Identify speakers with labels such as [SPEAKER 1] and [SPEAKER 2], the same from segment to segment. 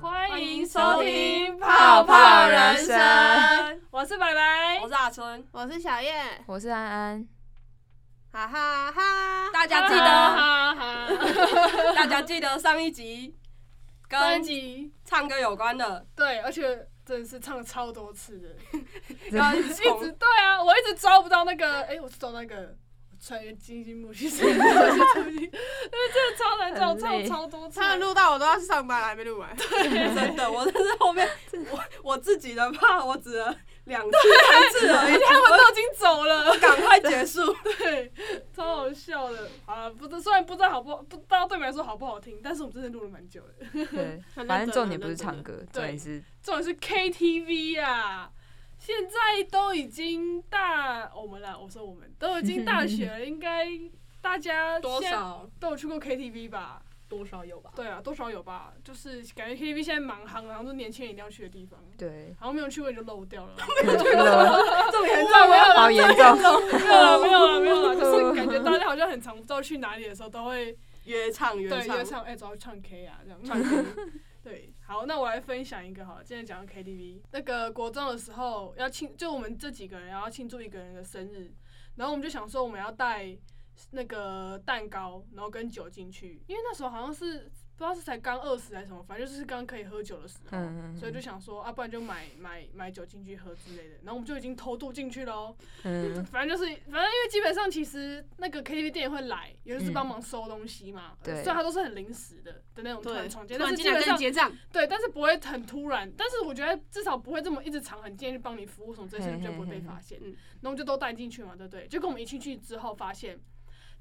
[SPEAKER 1] 欢
[SPEAKER 2] 迎
[SPEAKER 1] 迎
[SPEAKER 2] 收
[SPEAKER 1] 收
[SPEAKER 2] 听
[SPEAKER 1] 听
[SPEAKER 2] 《
[SPEAKER 1] 《
[SPEAKER 2] 泡
[SPEAKER 1] 泡
[SPEAKER 2] 泡
[SPEAKER 1] 泡
[SPEAKER 2] 人
[SPEAKER 1] 人
[SPEAKER 2] 生
[SPEAKER 1] 生》，我是白白
[SPEAKER 2] 我。是阿春，
[SPEAKER 3] 我是小燕，
[SPEAKER 4] 我是安安，
[SPEAKER 3] 哈哈哈
[SPEAKER 2] 大家记得，
[SPEAKER 1] 哈哈哈哈
[SPEAKER 2] 大家记得上一集
[SPEAKER 1] 专
[SPEAKER 2] 跟
[SPEAKER 1] 辑
[SPEAKER 2] 唱歌有关的，
[SPEAKER 1] 对，而且真的是唱超多次的，
[SPEAKER 2] 跟
[SPEAKER 1] 一直对啊，我一直抓不到那个，哎、我是抓那个穿越金星木 须山，因为真的超难找，
[SPEAKER 4] 很累
[SPEAKER 1] 唱超多次。
[SPEAKER 3] 他们录到我都要去上班了，还没录完。
[SPEAKER 2] 真 的，我真是后面我我自己的怕，我只能两次 三次而已，
[SPEAKER 1] 他们都已经走了，
[SPEAKER 2] 赶快结束。
[SPEAKER 1] 对，超好笑的啊！不知虽然不知道好不好，不知道对你们来说好不好听，但是我们真的录了蛮久的。
[SPEAKER 4] 对，
[SPEAKER 3] 很认真
[SPEAKER 4] 反正重点不是唱
[SPEAKER 3] 很
[SPEAKER 4] 歌，重点是
[SPEAKER 1] 重点是 KTV 啊，现在都已经大哦我们啦，我说我们都已经大学了，应该大 家
[SPEAKER 2] 多
[SPEAKER 1] 现在
[SPEAKER 2] 少
[SPEAKER 1] 都有去过 KTV 吧？
[SPEAKER 2] 多少有吧？
[SPEAKER 1] 对啊，多少有吧，就是感觉 KTV 现在蛮夯的，然后是年轻人一定要去的地方。 ，
[SPEAKER 4] 对
[SPEAKER 1] 好像没有去过就漏掉了，
[SPEAKER 2] 这么严重
[SPEAKER 1] 没有
[SPEAKER 2] 吗？
[SPEAKER 4] 好严重，
[SPEAKER 1] 没有了，没有 了，没有了，就是感觉大家好像很常不知道去哪里的时候都会
[SPEAKER 2] 约唱约
[SPEAKER 1] 对，
[SPEAKER 2] 唱
[SPEAKER 1] 要，唱哎，主要唱 K 啊，这样唱 K。对， 好，那我来分享一个好了，今天讲到 KTV，那个国中的时候要庆，就我们这几个人然后庆祝一个人的生日，然后我们就想说我们要带那个蛋糕，然后跟酒进去，因为那时候好像是不知道是才刚二十还是什么，反正就是刚可以喝酒的时候，
[SPEAKER 4] 嗯嗯嗯
[SPEAKER 1] 所以就想说啊，不然就买买买酒进去喝之类的，然后我们就已经偷渡进去喽，
[SPEAKER 4] 嗯，
[SPEAKER 1] 反正就是，反正因为基本上其实那个 KTV 店也会来，也就是
[SPEAKER 4] 嗯
[SPEAKER 1] 帮忙收东西嘛。
[SPEAKER 4] 对
[SPEAKER 1] 虽然它都是很临时的的那种突然闯进，但是基
[SPEAKER 3] 进来
[SPEAKER 1] 本
[SPEAKER 3] 跟你
[SPEAKER 1] 上
[SPEAKER 3] 结账，
[SPEAKER 1] 对，但是不会很突然。但是我觉得至少不会这么一直长很，今天去帮你服务什么这些，
[SPEAKER 4] 嘿
[SPEAKER 1] 你就不会
[SPEAKER 4] 嘿
[SPEAKER 1] 被
[SPEAKER 4] 嘿
[SPEAKER 1] 发现。
[SPEAKER 2] 嗯
[SPEAKER 1] 然后我们就都带进去嘛，对不对？结果我们一进去之后发现。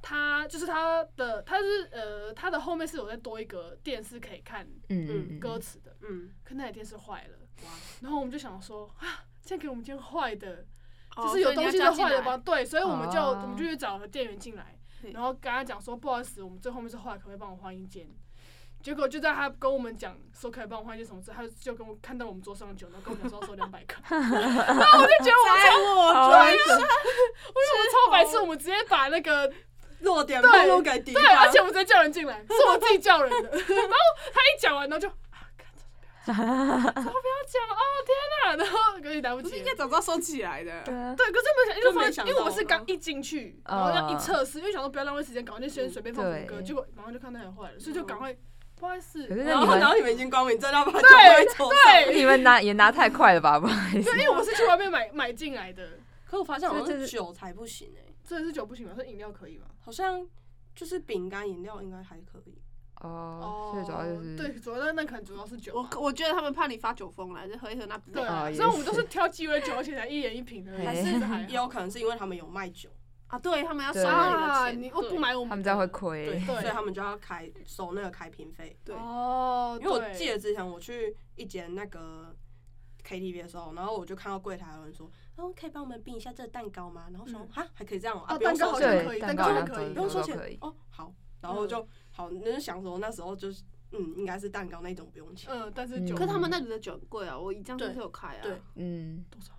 [SPEAKER 1] 它就是它的，它是呃，它的后面是有再多一个电视可以看
[SPEAKER 4] 嗯嗯
[SPEAKER 1] 歌词的，
[SPEAKER 2] 嗯，
[SPEAKER 1] 可那台电视坏了，
[SPEAKER 2] 哇，
[SPEAKER 1] 然后我们就想说啊，现在给我们一间坏的，
[SPEAKER 3] 哦
[SPEAKER 1] 就是有东西是坏的吧？？对，所以我们就
[SPEAKER 4] 哦
[SPEAKER 1] 我们就去找店员进来，
[SPEAKER 3] 对
[SPEAKER 1] 然后跟他讲说，不好意思，我们最后面是坏，可不可以帮我换一间？结果就在他跟我们讲说可以帮我换一间什么之后，他就跟我看到我们桌上的酒，然后跟我们说要收两百克， 然后我就觉得我们
[SPEAKER 3] 在
[SPEAKER 1] 超，
[SPEAKER 3] 我
[SPEAKER 4] 好
[SPEAKER 3] 桌
[SPEAKER 4] 危险
[SPEAKER 1] 我觉得我们超 白痴，我们直接把那个
[SPEAKER 2] 弱点暴露给敌
[SPEAKER 1] 对，
[SPEAKER 2] 方
[SPEAKER 1] 而且我们直接叫人进来，是我自己叫人的， 然后他一讲完，然后就啊，看 怎么不要讲，怎么不要讲？哦天哪，然后有点来不
[SPEAKER 3] 不是
[SPEAKER 1] 及
[SPEAKER 3] 应
[SPEAKER 1] 了
[SPEAKER 3] 该。早知道收起来的。
[SPEAKER 4] 对啊，
[SPEAKER 1] 对，可是没
[SPEAKER 2] 就没
[SPEAKER 1] 有
[SPEAKER 2] 想
[SPEAKER 1] 想，
[SPEAKER 2] 到
[SPEAKER 1] 因为我们是刚一进去，然后要一测试，因为想说不要浪费时间，赶快就先随便放什么歌，
[SPEAKER 4] 嗯对
[SPEAKER 1] 结果马上就看到很坏了，所以就赶快，不好意思，
[SPEAKER 4] 可是那
[SPEAKER 2] 然
[SPEAKER 4] 你
[SPEAKER 2] 后
[SPEAKER 4] 们
[SPEAKER 2] 然后你们已经光明正大把酒杯抽上，
[SPEAKER 1] 对，
[SPEAKER 4] 你们拿也拿太快了吧，不好意思
[SPEAKER 1] 对，，因为我是去外面买买进来的，
[SPEAKER 2] 可我发现好
[SPEAKER 4] 所以
[SPEAKER 2] 像
[SPEAKER 4] 这是
[SPEAKER 2] 酒才不行哎，
[SPEAKER 1] 真的是酒不行吗？是饮料可以吗？
[SPEAKER 2] 好像就是饼干饮料应该还可以。
[SPEAKER 4] 哦，所以主要就是
[SPEAKER 1] 对，主要那那可能主要是酒
[SPEAKER 3] 我
[SPEAKER 2] 哦
[SPEAKER 1] 吧，
[SPEAKER 3] 我觉得他们怕你发酒疯来，就喝一喝那不
[SPEAKER 1] 对啊，
[SPEAKER 4] 哦也
[SPEAKER 1] 所以我们
[SPEAKER 4] 是
[SPEAKER 1] 都是挑鸡尾酒，而且才一人一瓶的，
[SPEAKER 4] 嘿
[SPEAKER 1] 还是还好
[SPEAKER 2] 也有可能是因为他们有卖酒，
[SPEAKER 3] 啊，对他们要收
[SPEAKER 4] 对
[SPEAKER 1] 啊，
[SPEAKER 3] 那个
[SPEAKER 1] 你
[SPEAKER 3] 钱，
[SPEAKER 1] 我不买我们的，
[SPEAKER 4] 他们这样会亏，
[SPEAKER 1] 对
[SPEAKER 2] 所以他们就要开收那个开瓶费。
[SPEAKER 3] 对
[SPEAKER 1] 哦，
[SPEAKER 2] 因为我
[SPEAKER 1] 对
[SPEAKER 2] 记得之前我去一间那个 KTV 的时候，然后我就看到柜台有人说，哦，可以帮我们冰一下这个蛋糕吗？然后想
[SPEAKER 1] 嗯
[SPEAKER 2] 哈还可以这样哦啊，
[SPEAKER 1] 哦，
[SPEAKER 2] 不
[SPEAKER 1] 蛋
[SPEAKER 2] 用
[SPEAKER 1] 糕
[SPEAKER 2] 收
[SPEAKER 1] 好像
[SPEAKER 2] 钱，
[SPEAKER 4] 对
[SPEAKER 1] 可以，
[SPEAKER 4] 蛋
[SPEAKER 1] 蛋
[SPEAKER 4] 糕
[SPEAKER 1] 糕
[SPEAKER 4] 好
[SPEAKER 1] 还
[SPEAKER 4] 像
[SPEAKER 1] 可以，
[SPEAKER 2] 不用收
[SPEAKER 4] 蛋糕可
[SPEAKER 2] 钱
[SPEAKER 4] 以
[SPEAKER 2] 哦，好，然后我就好，那就想说那时候就是嗯，应该是蛋糕那种不用钱，
[SPEAKER 1] 嗯，但是酒
[SPEAKER 4] 嗯
[SPEAKER 3] 可是他们那里的酒很贵啊，我一张
[SPEAKER 2] 对
[SPEAKER 3] 上是有开啊，
[SPEAKER 2] 对
[SPEAKER 4] 嗯，
[SPEAKER 1] 多少？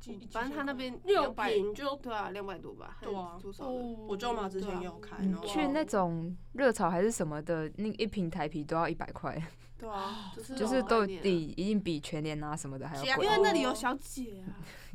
[SPEAKER 1] 几几
[SPEAKER 3] 反正他
[SPEAKER 1] 千
[SPEAKER 3] 那
[SPEAKER 1] 块
[SPEAKER 3] 边
[SPEAKER 2] 六
[SPEAKER 3] 百，
[SPEAKER 2] 瓶就
[SPEAKER 3] 对啊，两百多吧，还是
[SPEAKER 2] 对啊
[SPEAKER 3] 多少的？
[SPEAKER 1] 哦，嗯
[SPEAKER 2] 我舅妈之前也有开，
[SPEAKER 4] 你
[SPEAKER 2] 然后
[SPEAKER 4] 去
[SPEAKER 1] 啊
[SPEAKER 4] 那种热炒还是什么的，那一瓶台啤都要一百块，
[SPEAKER 3] 对啊，
[SPEAKER 1] 哦
[SPEAKER 3] 就是
[SPEAKER 4] 就
[SPEAKER 3] 就是
[SPEAKER 4] 都比一定比全年啊什么的还要
[SPEAKER 3] 因
[SPEAKER 4] 贵哦
[SPEAKER 3] 为，那里有小姐啊。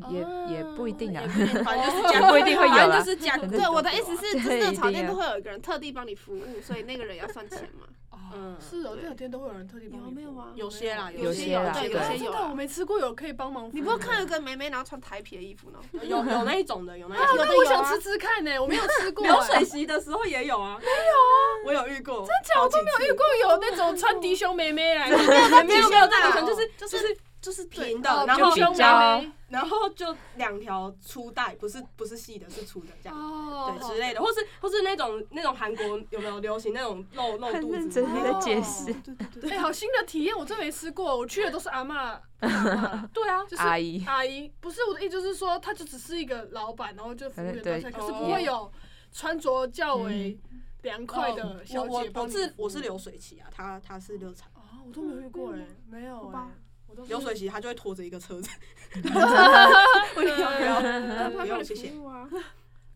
[SPEAKER 4] 也也不一定啊
[SPEAKER 2] 也，不一定 反正就是
[SPEAKER 4] 也不一定会有啦
[SPEAKER 2] 反正就是 加
[SPEAKER 4] 对
[SPEAKER 3] 啊对，我的意思，是，就是热炒
[SPEAKER 4] 一定
[SPEAKER 3] 店
[SPEAKER 4] 要
[SPEAKER 3] 都会有一个人特地帮你服务，所以那个人要算钱嘛。
[SPEAKER 1] 哦
[SPEAKER 2] 嗯，
[SPEAKER 1] 是哦，这
[SPEAKER 3] 对
[SPEAKER 1] 两天都会有人特地帮
[SPEAKER 3] 有
[SPEAKER 1] 你
[SPEAKER 3] 没有
[SPEAKER 1] 服务
[SPEAKER 3] 啊？
[SPEAKER 2] 有些 啦，
[SPEAKER 4] 有
[SPEAKER 2] 些
[SPEAKER 4] 些啦
[SPEAKER 3] 对，
[SPEAKER 4] 对
[SPEAKER 3] 有些
[SPEAKER 1] 真
[SPEAKER 3] 有
[SPEAKER 1] 的
[SPEAKER 3] 啊
[SPEAKER 1] 我。没吃过有可以帮忙。
[SPEAKER 3] 你不
[SPEAKER 1] 要
[SPEAKER 3] 会看有个妹妹，然后穿台皮的衣服呢？
[SPEAKER 2] 有有那一种的，有那一
[SPEAKER 1] 啊？
[SPEAKER 2] 种。
[SPEAKER 1] 那我
[SPEAKER 3] 有的有
[SPEAKER 1] 想
[SPEAKER 3] 啊
[SPEAKER 1] 吃吃看呢，我没有吃 过。哎
[SPEAKER 2] 流水席的时候也有啊，没有啊，我有遇过，真
[SPEAKER 1] 这我都没有遇过有那种穿低胸妹妹来的，
[SPEAKER 2] 没有没有，这种可能就是
[SPEAKER 3] 就
[SPEAKER 2] 就是是就是平
[SPEAKER 1] 哦
[SPEAKER 2] 的，然
[SPEAKER 1] 低
[SPEAKER 2] 后
[SPEAKER 4] 就比
[SPEAKER 1] 胸
[SPEAKER 4] 较
[SPEAKER 1] 妹妹
[SPEAKER 2] 然后就两条粗带，不是不是细的，是粗的这样。
[SPEAKER 1] 哦
[SPEAKER 2] 对之类的，或是或是那种那种韩国有没有流行那种露露
[SPEAKER 4] 很
[SPEAKER 2] 肚
[SPEAKER 4] 认
[SPEAKER 2] 子
[SPEAKER 4] 真
[SPEAKER 2] 的
[SPEAKER 4] 地
[SPEAKER 2] 那
[SPEAKER 4] 在
[SPEAKER 2] 种？
[SPEAKER 4] 解释，
[SPEAKER 3] 对对对，
[SPEAKER 1] 哎，好新的体验，我真没吃过。我去的都是阿嬷阿嬷，
[SPEAKER 2] 对啊，
[SPEAKER 1] 就是
[SPEAKER 4] 阿姨，
[SPEAKER 1] 阿姨。不是我的意思，就是说她就只是一个老板，然后就服务员端菜，可
[SPEAKER 4] 反
[SPEAKER 2] 正对
[SPEAKER 1] 是不会有穿着较为凉快的
[SPEAKER 2] 我
[SPEAKER 1] 小
[SPEAKER 2] 嗯我
[SPEAKER 1] 姐帮
[SPEAKER 2] 我
[SPEAKER 1] 你
[SPEAKER 2] 是
[SPEAKER 1] 服务
[SPEAKER 2] 我是流水席啊，他他是流产，
[SPEAKER 1] 哦啊，我都没有遇过哎，没有
[SPEAKER 3] 好
[SPEAKER 1] 哎
[SPEAKER 3] 吧，
[SPEAKER 1] 我我都是
[SPEAKER 2] 流水席他就会拖着一个车 子，
[SPEAKER 1] 我也
[SPEAKER 2] 要不要
[SPEAKER 3] 他
[SPEAKER 2] 不用
[SPEAKER 3] 帮你
[SPEAKER 2] 谢谢
[SPEAKER 3] 服务啊。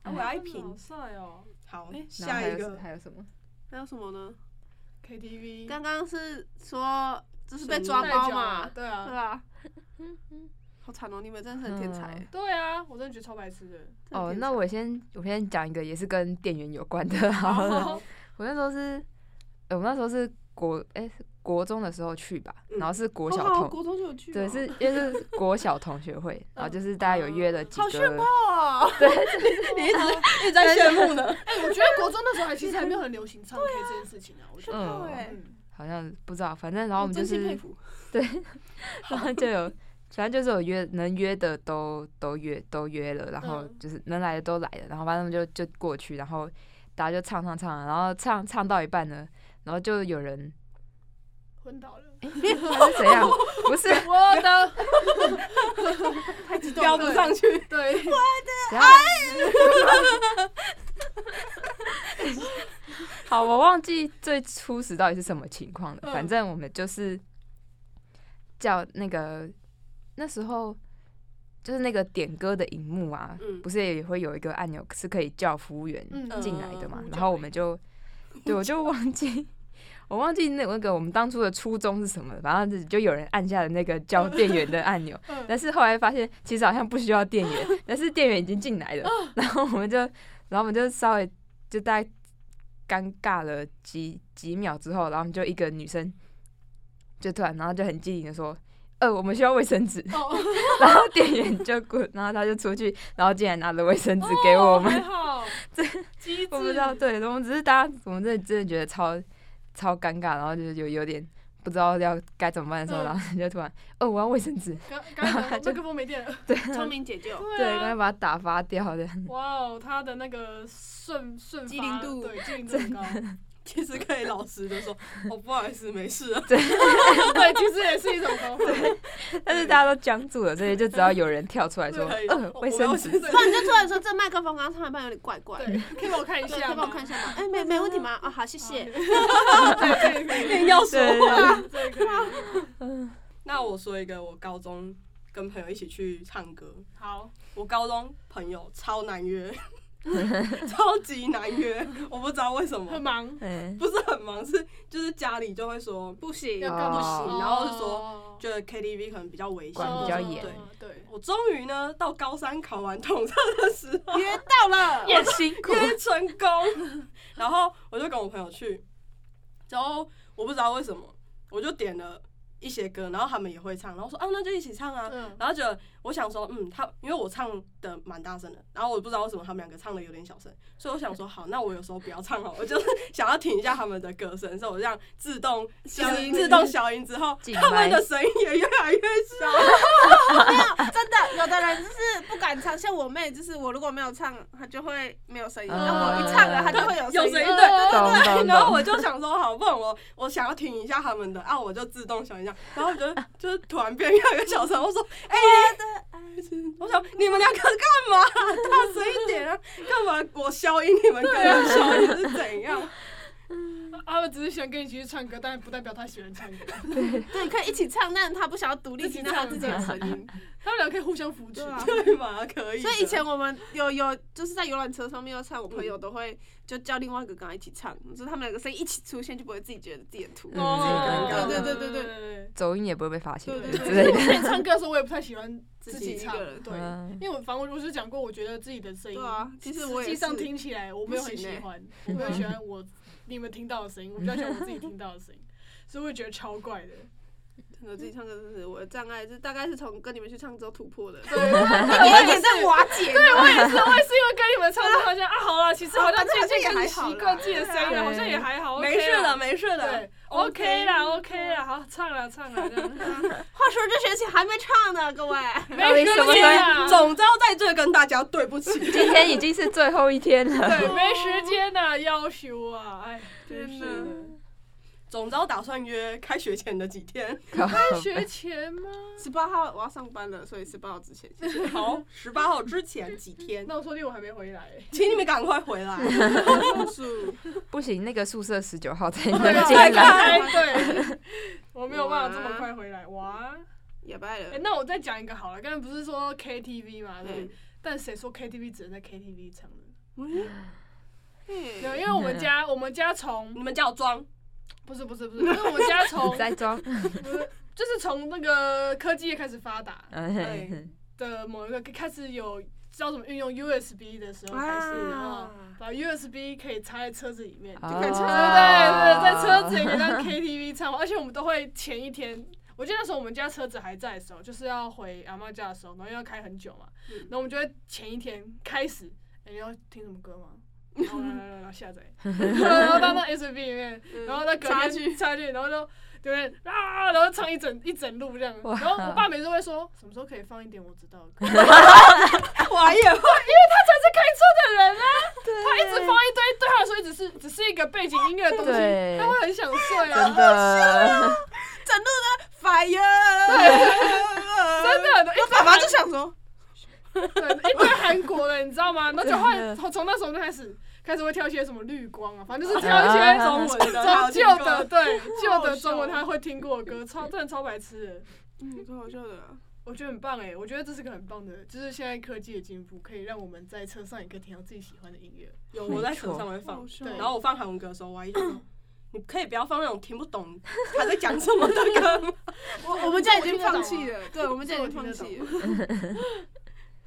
[SPEAKER 2] 啊我要一
[SPEAKER 1] 好
[SPEAKER 2] 瓶。
[SPEAKER 1] 帅哦
[SPEAKER 2] 好
[SPEAKER 3] 哎，
[SPEAKER 4] 嗯然
[SPEAKER 2] 下
[SPEAKER 4] 后还
[SPEAKER 2] 一
[SPEAKER 4] 有
[SPEAKER 2] 个
[SPEAKER 4] 还有什么？
[SPEAKER 3] 还有什么呢？
[SPEAKER 1] ，KTV
[SPEAKER 3] 刚刚是说就是被
[SPEAKER 2] 神
[SPEAKER 3] 抓
[SPEAKER 1] 带
[SPEAKER 3] 包
[SPEAKER 1] 脚啊
[SPEAKER 3] 嘛，
[SPEAKER 1] 对
[SPEAKER 3] 对
[SPEAKER 1] 啊，
[SPEAKER 3] 吧？好惨哦，你们真的是很天才
[SPEAKER 4] 嗯
[SPEAKER 3] 耶。
[SPEAKER 1] 对啊，我真的觉得超白痴的。
[SPEAKER 3] 真的
[SPEAKER 4] 哦，
[SPEAKER 3] 天
[SPEAKER 4] 那
[SPEAKER 3] 才
[SPEAKER 4] 我先我先讲一个也是跟店员有关 的，好
[SPEAKER 3] 哦
[SPEAKER 4] 了。我那时候是，呃我那时候是国哎、是国中的时候去吧，
[SPEAKER 2] 嗯
[SPEAKER 4] 然后是国
[SPEAKER 3] 哦
[SPEAKER 4] 小
[SPEAKER 3] 好
[SPEAKER 4] 同，
[SPEAKER 3] 国中就有去哦，
[SPEAKER 4] 对，是因为 是国小同学会，然后就是大家有约了几
[SPEAKER 3] 好炫
[SPEAKER 4] 个，
[SPEAKER 3] 哦，
[SPEAKER 1] 你一直
[SPEAKER 2] 一直在炫目呢，
[SPEAKER 1] 哎，我觉得国中那时候还其实还没有很流行唱 K 这件事情啊，我觉得。
[SPEAKER 4] 嗯
[SPEAKER 3] 对
[SPEAKER 1] 嗯
[SPEAKER 4] 好像不知道，反正然后我们就
[SPEAKER 3] 真心
[SPEAKER 4] 是
[SPEAKER 3] 佩，服。
[SPEAKER 4] 然后就 有，反正就是有约能约的都都约都约了，然后
[SPEAKER 1] 嗯
[SPEAKER 4] 就是能来的都来了，然后反正我们就就过去，然后大家就唱唱唱，啊然后唱唱到一半呢，然后就有人
[SPEAKER 1] 昏倒了，
[SPEAKER 4] 还是怎样，不是，
[SPEAKER 1] 我的
[SPEAKER 3] 太激动
[SPEAKER 2] 飙
[SPEAKER 3] 了，
[SPEAKER 2] 不上去，
[SPEAKER 1] 对，
[SPEAKER 4] 然后， 好，我忘记最初始到底是什么情况了。
[SPEAKER 1] 嗯
[SPEAKER 4] 反正我们就是叫那个那时候就是那个点歌的荧幕啊，
[SPEAKER 2] 嗯
[SPEAKER 4] 不是也会有一个按钮是可以叫服务员
[SPEAKER 1] 嗯
[SPEAKER 4] 进来的嘛
[SPEAKER 1] 嗯？嗯
[SPEAKER 4] 然后我们就对我就忘记。 我忘记那那个我们当初的初衷是什么了，反正就有人按下了那个 叫店员的按钮，
[SPEAKER 1] 嗯
[SPEAKER 4] 但是后来发现其实好像不需要店员，但是店员已经进来了，
[SPEAKER 1] 嗯
[SPEAKER 4] 然后我们就，然后我们就稍微就大概尴尬了几几秒之后，然后我们就一个女生就突然，然后就很机灵的说。呃，我们需要卫生纸，
[SPEAKER 1] 哦，
[SPEAKER 4] 然后店员就滚，然后他就出去，然后竟然拿了卫生纸给我们，
[SPEAKER 1] 还哦好，这机智，
[SPEAKER 4] 我不知道，对，我们只是大家，我们真的真的觉得超超尴尬，然后就是有有点不知道要该怎么办的时候，
[SPEAKER 1] 嗯
[SPEAKER 4] 然后就突然，哦，我要卫生纸，
[SPEAKER 1] 刚刚才麦克风没电了，
[SPEAKER 3] 聪明解救，
[SPEAKER 1] 对
[SPEAKER 4] 对，刚才
[SPEAKER 1] 啊，
[SPEAKER 4] 把它打发掉的，
[SPEAKER 1] 哇哦，他的那个顺顺
[SPEAKER 2] 机灵
[SPEAKER 1] 发
[SPEAKER 2] 度
[SPEAKER 1] 对，机灵度很高，
[SPEAKER 2] 其实可以老实的说，哦，不好意思，没事啊。
[SPEAKER 1] 对，其实也是一种方 法，
[SPEAKER 4] 但是大家都僵住了，所以就只要有人跳出来说
[SPEAKER 2] 对：“啊
[SPEAKER 4] 呃，
[SPEAKER 2] 我
[SPEAKER 4] 卫
[SPEAKER 2] 我
[SPEAKER 4] 生
[SPEAKER 2] 要
[SPEAKER 4] 纸。
[SPEAKER 1] 对
[SPEAKER 3] 不然就突然说这麦克风刚刚唱一半有点怪怪，
[SPEAKER 1] 对，可以帮我看一
[SPEAKER 3] 对，
[SPEAKER 1] 下
[SPEAKER 3] 再
[SPEAKER 1] 吗，
[SPEAKER 3] 帮我看一下吗？哎，没没问题吗？啊，好，谢
[SPEAKER 1] 好，
[SPEAKER 3] 谢。
[SPEAKER 1] 对，可以可以，
[SPEAKER 2] 要
[SPEAKER 4] 对”对
[SPEAKER 1] 对，可以，
[SPEAKER 2] 那我说一个，我高中跟朋友一起去唱歌，
[SPEAKER 1] 好，
[SPEAKER 2] 我高中朋友超难 约，超级难约，我不知道为什
[SPEAKER 1] 很
[SPEAKER 2] 么，
[SPEAKER 1] 忙，
[SPEAKER 4] 对，嗯
[SPEAKER 2] 不是很忙，是就是家里就会说
[SPEAKER 3] 不行
[SPEAKER 1] 要
[SPEAKER 4] 哦
[SPEAKER 1] 干嘛？
[SPEAKER 4] 不
[SPEAKER 2] 行然后就说
[SPEAKER 1] 哦
[SPEAKER 2] 觉得 KTV 可能比较危险
[SPEAKER 4] 管，比较
[SPEAKER 1] 哦
[SPEAKER 4] 严
[SPEAKER 2] 对。
[SPEAKER 1] 对，
[SPEAKER 2] 我终于呢，到高三考完统测的时 候，
[SPEAKER 3] 约到了，
[SPEAKER 4] 也辛苦，
[SPEAKER 2] 约成功，然后我就跟我朋友去，然后我不知道为什么，我就点了一些歌，然后他们也会唱，然后说啊，那就一起唱啊。
[SPEAKER 1] 嗯，
[SPEAKER 2] 然后觉得我想说，嗯，他因为我唱的蛮大声的，然后我不知道为什么他们两个唱的有点小声，所以我想说，好，那我有时候不要唱好了，我就是 想要听一下他们的歌声，所以我这样自动
[SPEAKER 3] 消音
[SPEAKER 2] 自动消音之后，
[SPEAKER 4] 静
[SPEAKER 2] 他们
[SPEAKER 4] 脉
[SPEAKER 2] 的声音也越来越小。
[SPEAKER 3] 真的，有的人就是不敢唱，像我妹，就是我如果没有唱，她就会没有声音；
[SPEAKER 4] 嗯
[SPEAKER 3] 然后我一唱了，她就会有
[SPEAKER 2] 有
[SPEAKER 3] 声
[SPEAKER 2] 声
[SPEAKER 3] 音
[SPEAKER 1] 嗯
[SPEAKER 2] 音，对
[SPEAKER 4] 懂
[SPEAKER 2] 对对。
[SPEAKER 4] 懂
[SPEAKER 2] 然后
[SPEAKER 4] 懂
[SPEAKER 2] 我就想说，好，不然我我想要听一下他们的，啊，我就自动想一下，然后我就就是突然变越来越小声，我说，哎、 你我想你们两个干嘛？ 大声一点啊！干嘛我消音，你们跟
[SPEAKER 3] 啊
[SPEAKER 2] 着消音是怎样？
[SPEAKER 1] 阿文只是想跟你一起去唱歌，但不代表他喜欢唱歌，
[SPEAKER 3] 对，可以一起唱，但她不想要独立听到她自己的声音。
[SPEAKER 1] 他们俩可以互相扶持
[SPEAKER 3] 对， 啊
[SPEAKER 2] 对嘛，可以的。
[SPEAKER 3] 所以以前我们有有就是在游览车上面要唱，我朋友都会就叫另外一个跟他一起唱，就是他们两个声音一起出现，就不会自己觉得自己很突兀。
[SPEAKER 4] 嗯
[SPEAKER 1] 哦
[SPEAKER 3] 对对
[SPEAKER 1] 对
[SPEAKER 3] 对对
[SPEAKER 1] 对
[SPEAKER 4] 走音也不会被发现
[SPEAKER 3] 对对
[SPEAKER 4] 之
[SPEAKER 1] 对
[SPEAKER 4] 类
[SPEAKER 1] 对。
[SPEAKER 4] 的。
[SPEAKER 1] 之前唱歌的时候，我也不太喜欢自
[SPEAKER 3] 己一
[SPEAKER 1] 唱
[SPEAKER 3] 个，人
[SPEAKER 1] 对，
[SPEAKER 4] 嗯，
[SPEAKER 1] 因为我反正我是讲过，我觉得自己的声音
[SPEAKER 3] 对，啊，其实我
[SPEAKER 1] 实
[SPEAKER 3] 也
[SPEAKER 1] 际
[SPEAKER 3] 是
[SPEAKER 1] 上，听起来我没有很喜欢，我没有喜欢我你们听到的声音，我比较喜欢我自己听到的声音， 所以我觉得超怪的。
[SPEAKER 3] 我自己唱歌真是我的障碍，是大概是从跟你们去唱之后突破 的，
[SPEAKER 1] 对，我
[SPEAKER 3] 一点点在瓦解。对，
[SPEAKER 1] 也是，我也是因为跟你们唱歌，好像啊，好了，其实好像渐渐开始习惯自己的声音了，好像也还好，
[SPEAKER 3] 啊
[SPEAKER 2] 没事的，。没事的
[SPEAKER 1] 对。，OK 啦，OK 啦，好，唱了，唱了，这样。
[SPEAKER 3] 话说这学期还没唱呢，各位。
[SPEAKER 4] 到底什么时候？
[SPEAKER 1] 啊
[SPEAKER 2] 总之要在这跟大家对不起。
[SPEAKER 4] 今天已经是最后一天了，
[SPEAKER 1] 对，没时间呐、要求啊，哎，真是
[SPEAKER 3] 天
[SPEAKER 1] 的。
[SPEAKER 2] 总之要打算约开学前的几天，
[SPEAKER 1] 开学前吗？
[SPEAKER 3] 十八号我要上班了，所以十八号之前。谢谢
[SPEAKER 2] 好，十八号之前几天，
[SPEAKER 1] 那我说不定我还没回来。
[SPEAKER 2] 请你们赶快回来。
[SPEAKER 3] 树
[SPEAKER 4] 不行，那个宿舍十九号才
[SPEAKER 1] 对
[SPEAKER 4] 能进
[SPEAKER 1] 啊
[SPEAKER 4] 来。
[SPEAKER 1] 对，对我没有办法这么快回来。哇，
[SPEAKER 3] 也拜
[SPEAKER 1] 哎、
[SPEAKER 3] 了。
[SPEAKER 1] 那我再讲一个好了，刚才不是说 KTV 嘛，对不对，
[SPEAKER 3] 嗯
[SPEAKER 1] 但谁说 KTV 只能在 KTV 唱呢？
[SPEAKER 2] 嗯
[SPEAKER 3] 嘿嗯
[SPEAKER 1] 没有，因为我们家我们家从
[SPEAKER 2] 你们叫我装，
[SPEAKER 1] 不是不是不是，因为我们家 从
[SPEAKER 4] 在装，
[SPEAKER 1] 不是就是从那个科技业开始发达
[SPEAKER 4] 嗯，
[SPEAKER 1] 的某一个开始有知道怎么运用 USB 的时候开
[SPEAKER 3] 啊
[SPEAKER 1] 始，然后
[SPEAKER 3] 哦
[SPEAKER 1] 把 USB 可以插在车子里面，
[SPEAKER 4] 哦
[SPEAKER 1] 对对对，在车子里面让 KTV 唱，而且我们都会前一天。我记得那时候我们家车子还在的时候，就是要回阿嬷家的时候，然后因为要开很久嘛，然后我们就会前一天开始，哎、你要听什么歌吗？然后来来来来下载，然后到那 S B 里面，
[SPEAKER 3] 嗯
[SPEAKER 1] 然后在隔
[SPEAKER 3] 差
[SPEAKER 1] 天
[SPEAKER 3] 距
[SPEAKER 1] 插进去，然后就对面啊，然后唱一整一整路这样。然后我爸每次都会说，什么时候可以放一点我知道的歌，因为
[SPEAKER 2] 我也会，
[SPEAKER 1] 他才是开车的人啊，他一直放一堆，对他来说一直是只是一个背景音乐的东西，
[SPEAKER 4] 对
[SPEAKER 1] 他会很想睡
[SPEAKER 4] 哦真
[SPEAKER 1] 啊，
[SPEAKER 4] 的，
[SPEAKER 1] 真的，一堆
[SPEAKER 3] ，fire！我爸爸
[SPEAKER 1] 韩
[SPEAKER 3] 就想说，
[SPEAKER 1] 对一堆韩国的，你知道 吗？那就后来
[SPEAKER 4] 真的
[SPEAKER 1] 从从那时候就开始开始会挑一些什么绿光啊，反正就是挑一
[SPEAKER 3] 呃
[SPEAKER 1] 些
[SPEAKER 2] 中文 的，
[SPEAKER 1] 中
[SPEAKER 2] 我有
[SPEAKER 1] 旧
[SPEAKER 2] 听
[SPEAKER 1] 的
[SPEAKER 2] 过，
[SPEAKER 1] 对旧
[SPEAKER 2] 好
[SPEAKER 1] 的中文
[SPEAKER 2] 笑
[SPEAKER 1] 他会听过的歌，超真的超白痴的。
[SPEAKER 3] 嗯，超好笑的啦。
[SPEAKER 1] 我觉得很棒哎、我觉得这是个很棒的，就是现在科技的进步，可以让我们在车上也可以听到自己喜欢的音乐。
[SPEAKER 2] 有我在车
[SPEAKER 4] 没
[SPEAKER 2] 上
[SPEAKER 4] 错
[SPEAKER 2] 会放
[SPEAKER 3] 好，笑
[SPEAKER 1] 对
[SPEAKER 2] 然后我放韩文歌的时候，我还一直 说你可以不要放那种听不懂他在讲什么的歌吗？
[SPEAKER 3] 我我们家已经放弃了，对，我们家已经放弃了。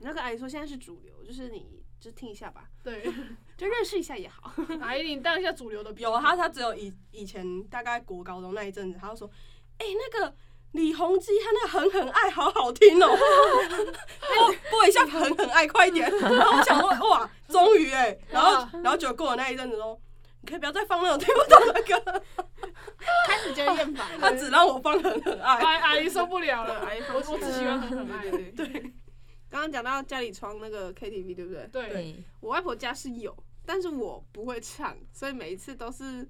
[SPEAKER 3] 那个阿姨说现在是主流，就是你就听一下吧，
[SPEAKER 1] 对，
[SPEAKER 3] 就认识一下也好。
[SPEAKER 1] 阿姨，你当一下主流的
[SPEAKER 3] 啊
[SPEAKER 2] 有啊他，他只有以以前大概国高中那一阵子，他就说，哎、那个。李弘基他那个狠狠爱好好听哦， 播播一下狠狠爱快一点。 然后我想说哇，终于哎，然后然后就过了那一阵子说，你可以不要再放那种听不懂的歌，
[SPEAKER 3] 开始就厌烦
[SPEAKER 2] 他
[SPEAKER 3] 了，
[SPEAKER 2] 只让我放狠狠爱。
[SPEAKER 1] 阿阿姨受不了
[SPEAKER 3] 对
[SPEAKER 1] 了，
[SPEAKER 3] 阿姨
[SPEAKER 1] 我
[SPEAKER 3] 放弃
[SPEAKER 1] 我只喜欢很可爱。
[SPEAKER 3] 对对对。 刚刚讲到家里窗那个 KTV 对不对？
[SPEAKER 1] 对，
[SPEAKER 4] 对，
[SPEAKER 3] 我外婆家是有，但是我不会唱，所以每一次都是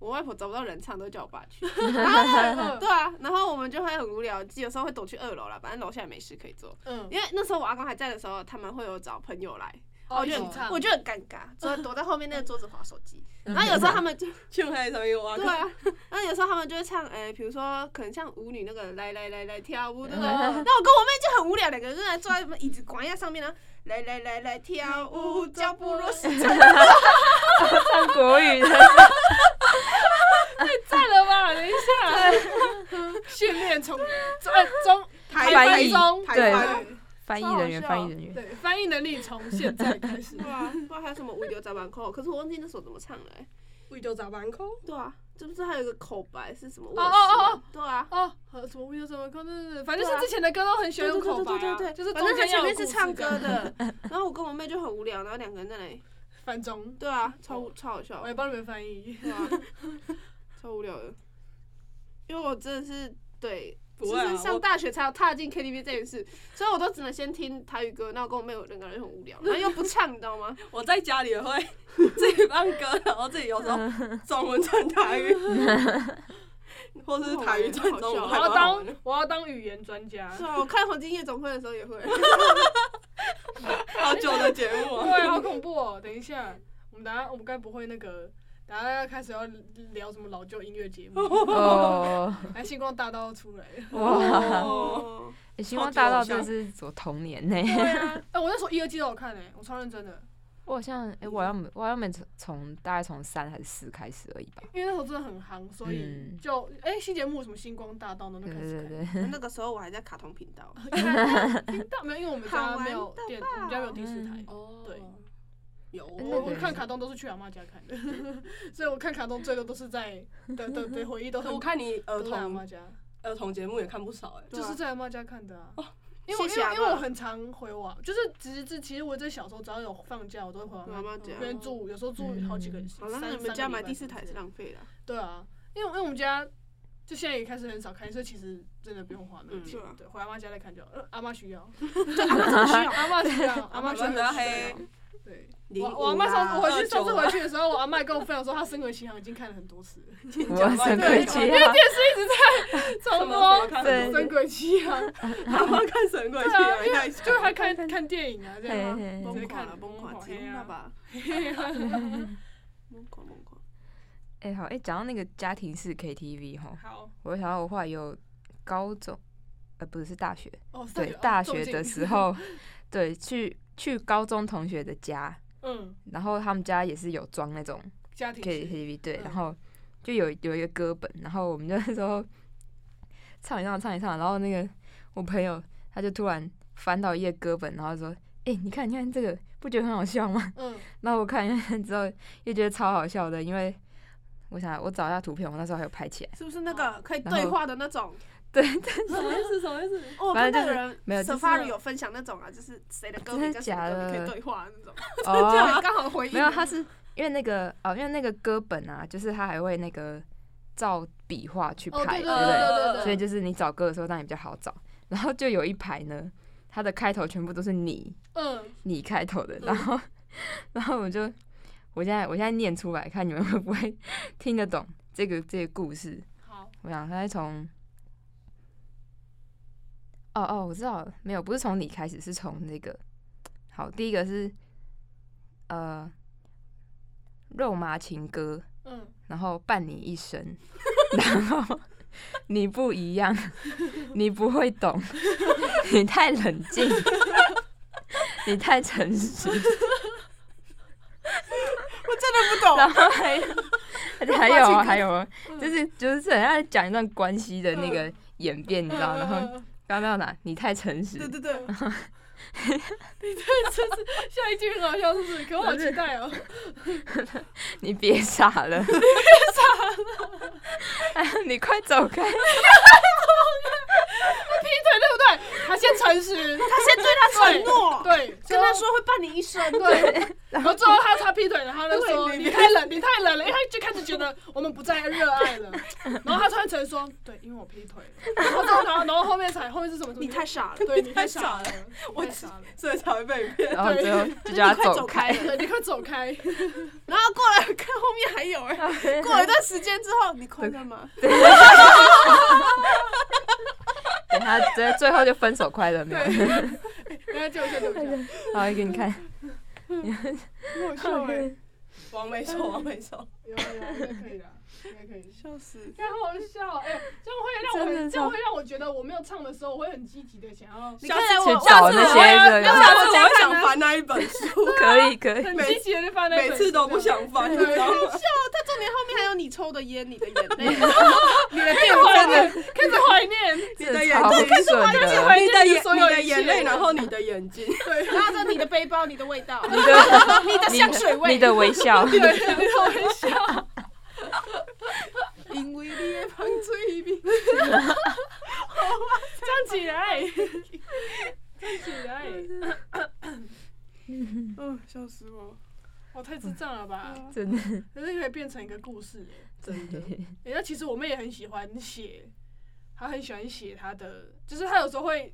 [SPEAKER 3] 我外婆找不到人唱，都叫我爸去。
[SPEAKER 1] 嗯
[SPEAKER 3] 对啊，然后我们就会很无聊，有时候会躲去二楼啦，反正楼下也没事可以做。
[SPEAKER 1] 嗯，
[SPEAKER 3] 因为那时候我阿公还在的时候，他们会有找朋友来，
[SPEAKER 1] 哦，
[SPEAKER 3] 就
[SPEAKER 1] 一起
[SPEAKER 3] 很
[SPEAKER 1] 唱，
[SPEAKER 3] 我就很尴尬，所以躲在后面那个桌子划手 机。然后有时候他们就
[SPEAKER 2] 庆海什么
[SPEAKER 3] 对啊，然后有时候他们就会唱，哎、比如说可能像舞女那个来来来来跳舞 那个，
[SPEAKER 1] 嗯
[SPEAKER 3] 那我跟我妹就很无聊，两个人就在坐在椅子拐一下上面，然后啊来来来来跳舞，脚步若 是
[SPEAKER 4] 唱 国语的，
[SPEAKER 1] 太赞了吧？等一下， 训练从从呃从
[SPEAKER 2] 台
[SPEAKER 4] 翻
[SPEAKER 2] 台
[SPEAKER 4] 译
[SPEAKER 2] 中
[SPEAKER 4] 对
[SPEAKER 2] 台湾
[SPEAKER 4] 翻译人员，翻译人员，
[SPEAKER 1] 对翻译能力从现在开始
[SPEAKER 3] 对。啊，不知道还有什么五九杂板扣，可是我忘记那首怎么唱了、欸。
[SPEAKER 2] 为就咋办口？
[SPEAKER 3] 对啊，这不是还有一个口白是什么？
[SPEAKER 1] 哦哦哦，
[SPEAKER 3] 对啊。
[SPEAKER 1] 哦，和什么 w i 什么歌，对对对，反正就是之前的歌都很喜欢用口白啊，
[SPEAKER 3] 对对对对对对，
[SPEAKER 1] 就是
[SPEAKER 3] 反
[SPEAKER 1] 中
[SPEAKER 3] 正他
[SPEAKER 1] 间要
[SPEAKER 3] 前
[SPEAKER 1] 有
[SPEAKER 3] 面
[SPEAKER 1] 故
[SPEAKER 3] 是
[SPEAKER 1] 事
[SPEAKER 3] 唱
[SPEAKER 1] 这样
[SPEAKER 3] 歌的， 然后我跟我妹就很无聊，然后两个人在那里，
[SPEAKER 1] 翻中，
[SPEAKER 3] 对啊，超超好笑
[SPEAKER 1] 我，也帮你们翻译。
[SPEAKER 3] 对 啊，超无聊的，因为我真的是对。
[SPEAKER 2] 不
[SPEAKER 3] 就
[SPEAKER 2] 会啊
[SPEAKER 3] 是
[SPEAKER 2] 我
[SPEAKER 3] 上大学才有踏进 KTV 这件事，所以我都只能先听台语歌，那我跟我妹有两个人很无聊，然后又不唱，你知道 吗？
[SPEAKER 2] 我在家里也会 自己放歌，然后自己有时候中文转台语，或是台语转中文，
[SPEAKER 1] 我
[SPEAKER 2] 还
[SPEAKER 1] 要
[SPEAKER 2] 蛮好玩
[SPEAKER 1] 当
[SPEAKER 2] 的
[SPEAKER 1] 我要当语言专家，
[SPEAKER 3] 是啊，我看黄金夜总会的时候也会，
[SPEAKER 2] 好久的节目啊。
[SPEAKER 1] 对，好恐怖哦！等一下，我们等下我们该不会那个，等下要开始要聊什么老旧音乐节 目？
[SPEAKER 4] 哦，
[SPEAKER 1] 来，星光大道要出来了。
[SPEAKER 4] 哇，
[SPEAKER 2] 哦，
[SPEAKER 4] 欸星光大道真的是我童年呢，
[SPEAKER 1] 对啊，哎、我那时候一二季都有看诶、我超认真的，
[SPEAKER 4] 我好像，哎，我好像没我好像没从从大概从三还是四开始而已吧，
[SPEAKER 1] 因为那时候真的很夯，所以
[SPEAKER 4] 嗯
[SPEAKER 1] 就哎、新节目什么星光大道呢，那
[SPEAKER 4] 对
[SPEAKER 1] 就开
[SPEAKER 4] 对
[SPEAKER 1] 始
[SPEAKER 4] 对
[SPEAKER 1] 看。
[SPEAKER 4] 对，
[SPEAKER 3] 那个时候我还在卡通频道，
[SPEAKER 1] 听到没有？因为我们家没有电，我们家没有第四台。
[SPEAKER 2] 哦
[SPEAKER 1] 对，
[SPEAKER 2] 有
[SPEAKER 1] 我
[SPEAKER 2] 哦
[SPEAKER 1] 我看卡通都是去阿妈家看的，所以我看卡通最多都是在的的的回忆都
[SPEAKER 2] 可
[SPEAKER 1] 很
[SPEAKER 2] 我看你儿
[SPEAKER 1] 都在阿
[SPEAKER 2] 童
[SPEAKER 1] 妈家。
[SPEAKER 2] 儿童节目也看不少哎，
[SPEAKER 1] 就是在阿妈家看的啊。因为我
[SPEAKER 3] 啊谢
[SPEAKER 1] 因
[SPEAKER 3] 谢
[SPEAKER 1] 为
[SPEAKER 3] 阿
[SPEAKER 1] 因为我
[SPEAKER 3] 嬷
[SPEAKER 1] 很常回我，就是直至其实我在小时候只要有放假，我都会回我妈
[SPEAKER 3] 妈妈讲
[SPEAKER 1] 那，边住，有时候住好几个。
[SPEAKER 3] 好
[SPEAKER 1] 三
[SPEAKER 3] 了，那你
[SPEAKER 1] 三个
[SPEAKER 3] 们家
[SPEAKER 1] 礼
[SPEAKER 3] 买
[SPEAKER 1] 拜
[SPEAKER 3] 第四
[SPEAKER 1] 这样
[SPEAKER 3] 台
[SPEAKER 1] 子
[SPEAKER 3] 是浪费 了，
[SPEAKER 1] 对啊，因为因为我们家就现在也开始很少看，所以其实真的不用花那个
[SPEAKER 2] 嗯
[SPEAKER 1] 钱
[SPEAKER 3] 是啊。
[SPEAKER 1] 对，回阿妈家再看就好。呃阿妈需要，
[SPEAKER 3] 需要
[SPEAKER 1] 阿妈需要，阿
[SPEAKER 2] 阿
[SPEAKER 1] 妈
[SPEAKER 2] 妈
[SPEAKER 1] 需要
[SPEAKER 2] 真的黑
[SPEAKER 1] 需要。对，
[SPEAKER 2] 零
[SPEAKER 1] 我我阿
[SPEAKER 2] 五
[SPEAKER 1] 妈上
[SPEAKER 2] 啦
[SPEAKER 1] 我回去上次
[SPEAKER 2] 二九啦
[SPEAKER 1] 回去的时候，我阿妈也跟我分享说，她《身为新航》已经看了很多次了，
[SPEAKER 4] 我神鬼奇
[SPEAKER 1] 因为
[SPEAKER 4] 啊，
[SPEAKER 2] 什
[SPEAKER 1] 重
[SPEAKER 2] 么
[SPEAKER 1] 播
[SPEAKER 2] 什么看
[SPEAKER 1] 《
[SPEAKER 2] 神
[SPEAKER 4] 对
[SPEAKER 2] 鬼
[SPEAKER 1] 神鬼奇航》，
[SPEAKER 2] 阿妈看神鬼
[SPEAKER 1] 对
[SPEAKER 2] 戏
[SPEAKER 1] 啊，因
[SPEAKER 2] 啊，
[SPEAKER 1] 为
[SPEAKER 2] 你
[SPEAKER 1] 就是还看看电影啊这样啊。
[SPEAKER 4] 嘿嘿嘿
[SPEAKER 1] 直接
[SPEAKER 3] 崩垮
[SPEAKER 1] 看
[SPEAKER 3] 了，崩垮，
[SPEAKER 1] 嘿
[SPEAKER 3] 吉隆
[SPEAKER 1] 啊
[SPEAKER 3] 爸爸， 崩垮崩 垮，
[SPEAKER 4] 哎好，哎讲到那个家庭式 KTV 哈，
[SPEAKER 1] 好，
[SPEAKER 4] 我想到我后来有高中，呃，不是是大学，
[SPEAKER 1] 哦，是
[SPEAKER 4] 对，
[SPEAKER 1] 哦
[SPEAKER 4] 大
[SPEAKER 1] 中
[SPEAKER 4] 学
[SPEAKER 1] 进
[SPEAKER 4] 的时 候，对，去去高中同学的家，
[SPEAKER 1] 嗯，
[SPEAKER 4] 然后他们家也是有装那种
[SPEAKER 1] 家庭
[SPEAKER 4] K
[SPEAKER 1] 式
[SPEAKER 4] KTV，对，
[SPEAKER 1] 嗯
[SPEAKER 4] 然后就有有一个歌本，然后我们就 那时候唱一唱唱一唱，然后那个我朋友他就突然翻到一页歌本，然后说：“哎、你看你看这个，不觉得很好笑吗
[SPEAKER 1] 嗯，？”
[SPEAKER 4] 然后我看一看之后又觉得超好笑的，因为我想我找一下图片，我那时候还有拍起 来，
[SPEAKER 3] 是不是那个可以对话的那种？
[SPEAKER 2] 什么意思？什么意思？
[SPEAKER 3] 哦，我
[SPEAKER 4] 反
[SPEAKER 3] 看
[SPEAKER 4] 正
[SPEAKER 3] 到
[SPEAKER 4] 就
[SPEAKER 3] 有
[SPEAKER 4] 是
[SPEAKER 3] 人
[SPEAKER 4] 没有就是
[SPEAKER 3] Safari 有分享那种啊，就是谁的歌
[SPEAKER 4] 真
[SPEAKER 3] 名
[SPEAKER 4] 的
[SPEAKER 3] 叫什么歌
[SPEAKER 4] 假
[SPEAKER 3] 名可以
[SPEAKER 4] 的
[SPEAKER 3] 对话 那种，
[SPEAKER 4] 哦
[SPEAKER 3] 对，刚好回应。
[SPEAKER 4] 没有，他是因为那个哦，因为那个歌本啊，就是他还会那个照笔画去
[SPEAKER 1] 哦，
[SPEAKER 4] 排，
[SPEAKER 1] 对对
[SPEAKER 4] 不
[SPEAKER 1] 对对对，
[SPEAKER 4] 所以就是你找歌的时候，当然比较好找。然后就有一排呢，它的开头全部都是你
[SPEAKER 1] 嗯，
[SPEAKER 4] 你开头的，然后、然后我就我现在我现在念出来，看你们会不会 听得懂这个这个故事。
[SPEAKER 1] 好，
[SPEAKER 4] 我想它是从哦哦，我知道了，没有，不是从你开始，是从那个好，第一个是呃肉麻情歌，
[SPEAKER 1] 嗯，
[SPEAKER 4] 然后伴你一生， 然后你不一样，你不会懂， 你太冷静，你太诚实，
[SPEAKER 3] 不
[SPEAKER 2] 啊
[SPEAKER 3] 懂
[SPEAKER 4] 然后还有还有啊还有啊，
[SPEAKER 1] 嗯
[SPEAKER 4] 就是就是很像讲一段关系的那个演变，你知道？然后
[SPEAKER 1] 嗯嗯嗯
[SPEAKER 4] 刚刚到哪？你太诚实，
[SPEAKER 3] 对 对对，
[SPEAKER 1] 嗯下一句很好笑，是不是？可我好期待 哦。
[SPEAKER 4] 你别傻了，别傻了，你快走开！
[SPEAKER 1] 对不对？他先诚实，
[SPEAKER 3] 他先对他承诺，
[SPEAKER 1] 对，
[SPEAKER 3] 跟他说会伴你一生，
[SPEAKER 1] 对，然后最后他他劈腿，然后他就
[SPEAKER 3] 对
[SPEAKER 1] 说
[SPEAKER 3] 你
[SPEAKER 1] 你太冷，你太冷了，因为他就开始觉得我们不再热爱 了。然后他突然承认说，对，因为我劈腿了。然后然后然后后面才后面是什么？
[SPEAKER 3] 你太傻了，
[SPEAKER 1] 对，你太
[SPEAKER 2] 太
[SPEAKER 1] 傻
[SPEAKER 2] 傻
[SPEAKER 1] 了，
[SPEAKER 2] 我
[SPEAKER 1] 太傻了。
[SPEAKER 2] 所以才会被骗。
[SPEAKER 4] 然后最后就叫他
[SPEAKER 3] 你快走
[SPEAKER 4] 走
[SPEAKER 3] 开
[SPEAKER 4] 开。
[SPEAKER 1] 对，你快走开！
[SPEAKER 3] 然后过来看后面还有 哎、过了一段时间之后，你空干嘛？
[SPEAKER 4] 等他最最后就分手快乐没有？
[SPEAKER 1] 然后就就就 就
[SPEAKER 4] 好，给你看。
[SPEAKER 1] 很好笑哎，
[SPEAKER 2] 王美手，王美手，
[SPEAKER 1] 有有应该可以的，应该可以。
[SPEAKER 3] 笑死！
[SPEAKER 1] 太好笑哎，这样会让我
[SPEAKER 4] 真
[SPEAKER 1] 很
[SPEAKER 4] 的
[SPEAKER 1] 这样会让我觉得我没有唱的时候，我会很积极的想要
[SPEAKER 3] 你
[SPEAKER 4] 下
[SPEAKER 3] 看来
[SPEAKER 4] 次
[SPEAKER 3] 我
[SPEAKER 4] 去
[SPEAKER 3] 我
[SPEAKER 4] 找
[SPEAKER 3] 下次
[SPEAKER 4] 那
[SPEAKER 3] 我
[SPEAKER 4] 些
[SPEAKER 3] 要
[SPEAKER 4] 人
[SPEAKER 3] 要
[SPEAKER 2] 下
[SPEAKER 3] 不然
[SPEAKER 2] 次
[SPEAKER 3] 我
[SPEAKER 2] 我
[SPEAKER 3] 再
[SPEAKER 2] 会
[SPEAKER 3] 看
[SPEAKER 2] 想
[SPEAKER 3] 啊
[SPEAKER 2] 翻那一本书，
[SPEAKER 4] 可以可以，
[SPEAKER 1] 很积极的翻那
[SPEAKER 2] 每
[SPEAKER 1] 本
[SPEAKER 2] 次
[SPEAKER 1] 书
[SPEAKER 2] 都不
[SPEAKER 1] 这样
[SPEAKER 2] 想翻，你
[SPEAKER 1] 对
[SPEAKER 2] 知道吗？
[SPEAKER 3] 他重点后面还有你抽的烟，你的眼泪，你的
[SPEAKER 1] 开
[SPEAKER 3] 电
[SPEAKER 1] 始
[SPEAKER 3] 话
[SPEAKER 1] 怀
[SPEAKER 3] 真的
[SPEAKER 1] 念，开始怀念，
[SPEAKER 4] 你
[SPEAKER 2] 的眼
[SPEAKER 4] 超
[SPEAKER 2] 对
[SPEAKER 4] 不顺的，
[SPEAKER 1] 怀
[SPEAKER 2] 你的
[SPEAKER 1] 念
[SPEAKER 2] 眼，
[SPEAKER 1] 所
[SPEAKER 2] 你
[SPEAKER 1] 有
[SPEAKER 2] 的
[SPEAKER 1] 一
[SPEAKER 2] 眼
[SPEAKER 1] 切
[SPEAKER 2] 泪，然后你的眼睛，
[SPEAKER 1] 对，
[SPEAKER 3] 然后说你的背包，你的味 道，
[SPEAKER 4] 你的
[SPEAKER 3] 你的香水味，
[SPEAKER 4] 你的微笑，
[SPEAKER 1] 对，我很想
[SPEAKER 3] 因为你的芳水味。
[SPEAKER 1] 站起来，站起来，
[SPEAKER 3] 嗯，笑死我！
[SPEAKER 1] 我太智障了吧？
[SPEAKER 4] 真的
[SPEAKER 1] 可是可以变成一个故事耶、
[SPEAKER 2] 真的。
[SPEAKER 1] 人欸家其实我妹也很喜欢写，她很喜欢写她的，就是她有时候会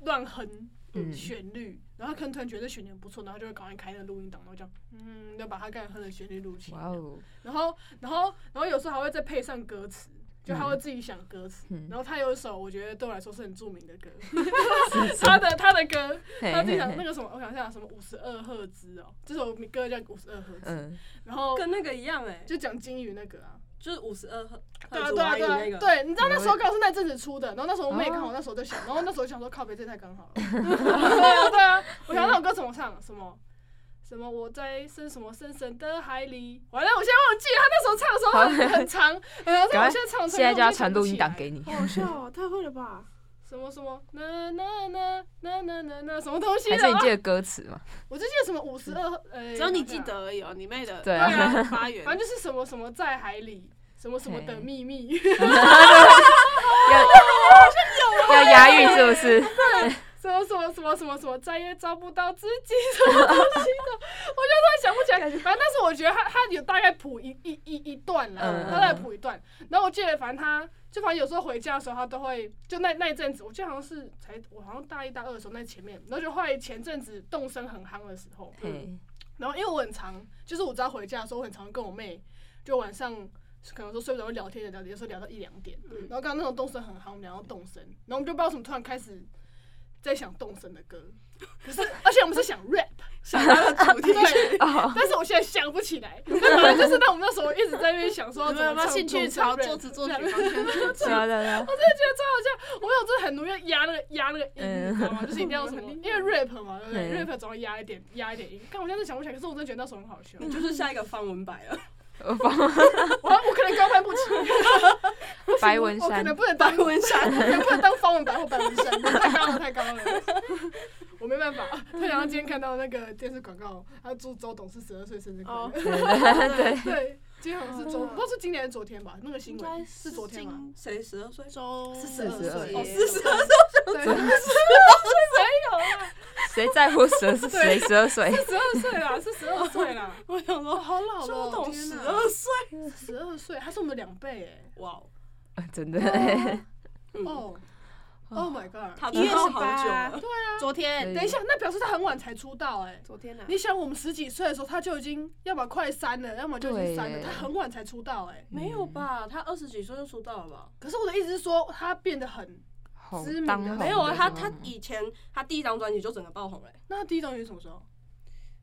[SPEAKER 1] 乱哼
[SPEAKER 4] 嗯
[SPEAKER 1] 旋律，然后可能突然觉得旋律很不错，然后就会赶快开那个录音档，然后这样，嗯，就把她刚才哼的旋律录起来
[SPEAKER 4] 哇。哦，
[SPEAKER 1] 然后，然后，然后有时候还会再配上歌词，就她
[SPEAKER 4] 嗯
[SPEAKER 1] 会自己想歌词。
[SPEAKER 4] 嗯
[SPEAKER 1] 然后她有一首我觉得对我来说是很著名 的歌，
[SPEAKER 4] 是是
[SPEAKER 1] 她的她的歌
[SPEAKER 4] 嘿
[SPEAKER 1] 他自己
[SPEAKER 4] 嘿
[SPEAKER 1] 讲那
[SPEAKER 4] 嘿
[SPEAKER 1] 个什么，我想想什么五十二赫兹哦，这首歌叫五十二赫兹，
[SPEAKER 4] 嗯，
[SPEAKER 1] 然后
[SPEAKER 2] 跟那个一样哎、
[SPEAKER 1] 就讲金鱼那个啊，
[SPEAKER 2] 就是五十二
[SPEAKER 1] 对啊
[SPEAKER 2] 赫兹
[SPEAKER 1] 对啊
[SPEAKER 2] 外语那
[SPEAKER 1] 对啊，
[SPEAKER 2] 个，
[SPEAKER 1] 对，你知道那
[SPEAKER 4] 我
[SPEAKER 1] 时候刚好是那阵子出的，然后那时候我妹
[SPEAKER 4] 哦
[SPEAKER 1] 看我那时候在想，然后那时候想说靠北这太刚好了，对啊对啊，我想那首歌怎么唱，什么什么我在深什么深深的海里，完了我现在忘记了，他那时候唱的时候很很长，然后
[SPEAKER 4] 赶快
[SPEAKER 1] 我现在唱
[SPEAKER 4] 现在就要传录音档
[SPEAKER 1] 档
[SPEAKER 4] 给你，
[SPEAKER 3] 好好笑哦，太会了吧！
[SPEAKER 1] 什么什么那那那那那那那什么东西
[SPEAKER 4] 还
[SPEAKER 1] 的
[SPEAKER 4] 是你
[SPEAKER 1] 啊，
[SPEAKER 4] 记得歌词嘛？
[SPEAKER 1] 我就记得什么五十二，呃，
[SPEAKER 3] 只有你
[SPEAKER 1] 我想
[SPEAKER 3] 记
[SPEAKER 1] 想
[SPEAKER 3] 得而已哦，你妹的
[SPEAKER 4] 对
[SPEAKER 1] 啊
[SPEAKER 3] 发源
[SPEAKER 1] 反正就是什么什么在海里，什么什么的
[SPEAKER 4] 嘿
[SPEAKER 1] 秘密，
[SPEAKER 4] 要要押韵是不是？
[SPEAKER 1] 什么什么什么什么什么再也找不到自己什么东西的，我就突然想不起来。反正但是我觉得他他有大概谱一一一一段啦，
[SPEAKER 4] 嗯
[SPEAKER 1] 他大概谱一段。然后我记得反正他就反正有时候回家的时候他都会就那那一阵子，我记得好像是才我好像大一大二的时候那前面，然后就后来前阵子动声很夯的时候，
[SPEAKER 4] 嘿，
[SPEAKER 1] 然后因为我很常，就是我只要回家的时候，我很常跟我妹，就晚上可能说睡不着会聊天的聊天，
[SPEAKER 3] 嗯
[SPEAKER 1] 有时候聊到一两点。然后刚刚那种动声很夯，我们聊到动声，然后我们就不知道为什么突然开始在想动声的歌，可是而且我们是想 rap，
[SPEAKER 2] 想到了主题曲，
[SPEAKER 1] 对，
[SPEAKER 4] 哦，
[SPEAKER 1] 但是我现在想不起来，那可能就是那我们那时候一直在那边想说
[SPEAKER 3] 你们有
[SPEAKER 1] 怎
[SPEAKER 3] 没
[SPEAKER 1] 么
[SPEAKER 3] 有
[SPEAKER 1] 唱
[SPEAKER 3] 兴趣
[SPEAKER 1] 动
[SPEAKER 3] 朝
[SPEAKER 1] 声 rap
[SPEAKER 3] 作词作曲
[SPEAKER 1] 这样
[SPEAKER 3] 方向前进？
[SPEAKER 4] 对对对，
[SPEAKER 1] 我觉得超好笑，我有真的很努力压那个压那个音，
[SPEAKER 3] 嗯
[SPEAKER 1] 你知道吗？就是一定要 什么，因为 rap 嘛，对不对
[SPEAKER 4] 嗯
[SPEAKER 1] ？rap 总要压一点压一点音。但我现在想不起来，可是我真的觉得那时候很好笑。
[SPEAKER 2] 你就是下一个方文白了。
[SPEAKER 4] 我帮
[SPEAKER 1] 我我可能高攀不起，不行
[SPEAKER 4] 白文山
[SPEAKER 1] 我可能不能当文山， 我可能不能当方文白或白文山，太高了太高了， 我没办法。特想到今天看到那个电视广告，他祝周董是十二岁生日快乐
[SPEAKER 3] 哦。
[SPEAKER 4] 对，
[SPEAKER 1] 对，今天好像是周，不知道是今年还是昨天吧？那个新
[SPEAKER 3] 应该
[SPEAKER 1] 闻是昨天吗？
[SPEAKER 2] 谁十二岁？
[SPEAKER 3] 周
[SPEAKER 1] 是
[SPEAKER 4] 42
[SPEAKER 1] 哦
[SPEAKER 3] 二
[SPEAKER 1] 42对，
[SPEAKER 4] 谁在乎蛇 是谁十二岁？
[SPEAKER 1] 十二岁啦，是十二岁啦。
[SPEAKER 2] 我想
[SPEAKER 1] 哦，
[SPEAKER 2] 说，
[SPEAKER 1] 好老
[SPEAKER 2] 周
[SPEAKER 1] 了，
[SPEAKER 2] 董十二岁，
[SPEAKER 1] 十二岁，他是我们两倍哎。
[SPEAKER 2] 哇哦，
[SPEAKER 4] 呃真的，
[SPEAKER 2] 嗯，
[SPEAKER 1] 哦，Oh my god！
[SPEAKER 2] 他
[SPEAKER 3] 一
[SPEAKER 2] 出
[SPEAKER 3] 月
[SPEAKER 2] 道
[SPEAKER 3] 十
[SPEAKER 2] 好久
[SPEAKER 3] 八，
[SPEAKER 2] 了，嗯
[SPEAKER 3] 啊，昨天
[SPEAKER 4] 对
[SPEAKER 1] 等一下，那表示他很晚才出道哎。
[SPEAKER 3] 昨天啊，
[SPEAKER 1] 你想，我们十几岁的时候，他就已经要么快三了，要么就已经三了，
[SPEAKER 4] 对
[SPEAKER 1] 他很晚才出道哎。
[SPEAKER 2] 没有吧？他二十几岁就出道了吧？
[SPEAKER 1] 可是我的意思是说，他变得很，
[SPEAKER 4] 好
[SPEAKER 1] 知名的
[SPEAKER 4] 当红
[SPEAKER 1] 没
[SPEAKER 2] 没有啊，
[SPEAKER 4] 的
[SPEAKER 2] 他
[SPEAKER 4] 那
[SPEAKER 2] 他
[SPEAKER 4] 种
[SPEAKER 2] 以前他第一张专辑就整个爆红嘞、欸
[SPEAKER 1] 那他第一张是什么时候？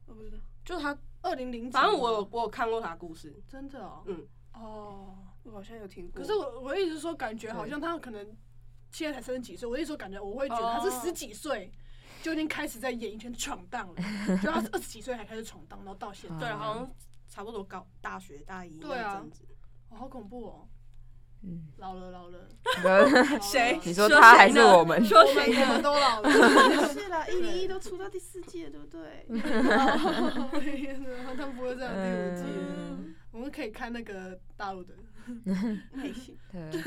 [SPEAKER 3] 我不知道，
[SPEAKER 2] 就是他，
[SPEAKER 1] 二零零，
[SPEAKER 2] 反正我有我有看过他的故事，
[SPEAKER 1] 真的哦，
[SPEAKER 2] 嗯，
[SPEAKER 1] 哦。
[SPEAKER 3] 我好像有听过。
[SPEAKER 1] 可是我我一直说，感觉好像他可能现在才三十几岁，我一直说感觉我会觉得他是
[SPEAKER 2] 哦
[SPEAKER 1] 十几岁就已经开始在演艺圈闯荡了，就他是二十几岁才开始闯荡，然后到 现在，
[SPEAKER 2] 对，
[SPEAKER 4] 嗯
[SPEAKER 2] 好像差不多高大学大一
[SPEAKER 1] 对啊
[SPEAKER 2] 那阵子，
[SPEAKER 1] 哦，好恐怖哦，
[SPEAKER 4] 嗯，
[SPEAKER 1] 老了老 了，
[SPEAKER 4] 你
[SPEAKER 1] 老了
[SPEAKER 2] 谁
[SPEAKER 1] 老了
[SPEAKER 4] 说嗯你
[SPEAKER 2] 说
[SPEAKER 4] 说他
[SPEAKER 2] 谁
[SPEAKER 4] 还是
[SPEAKER 2] 呢
[SPEAKER 4] 我们？
[SPEAKER 2] 说
[SPEAKER 1] 我们
[SPEAKER 2] 谁
[SPEAKER 1] 我
[SPEAKER 2] 呢
[SPEAKER 1] 们？都老了，
[SPEAKER 3] 是啦，一零一都出到第四季了，对不对？
[SPEAKER 1] 他们不会再有第五季了，
[SPEAKER 4] 嗯，
[SPEAKER 1] 我们可以看那个大陆的，
[SPEAKER 3] 嘿嘿
[SPEAKER 4] 对，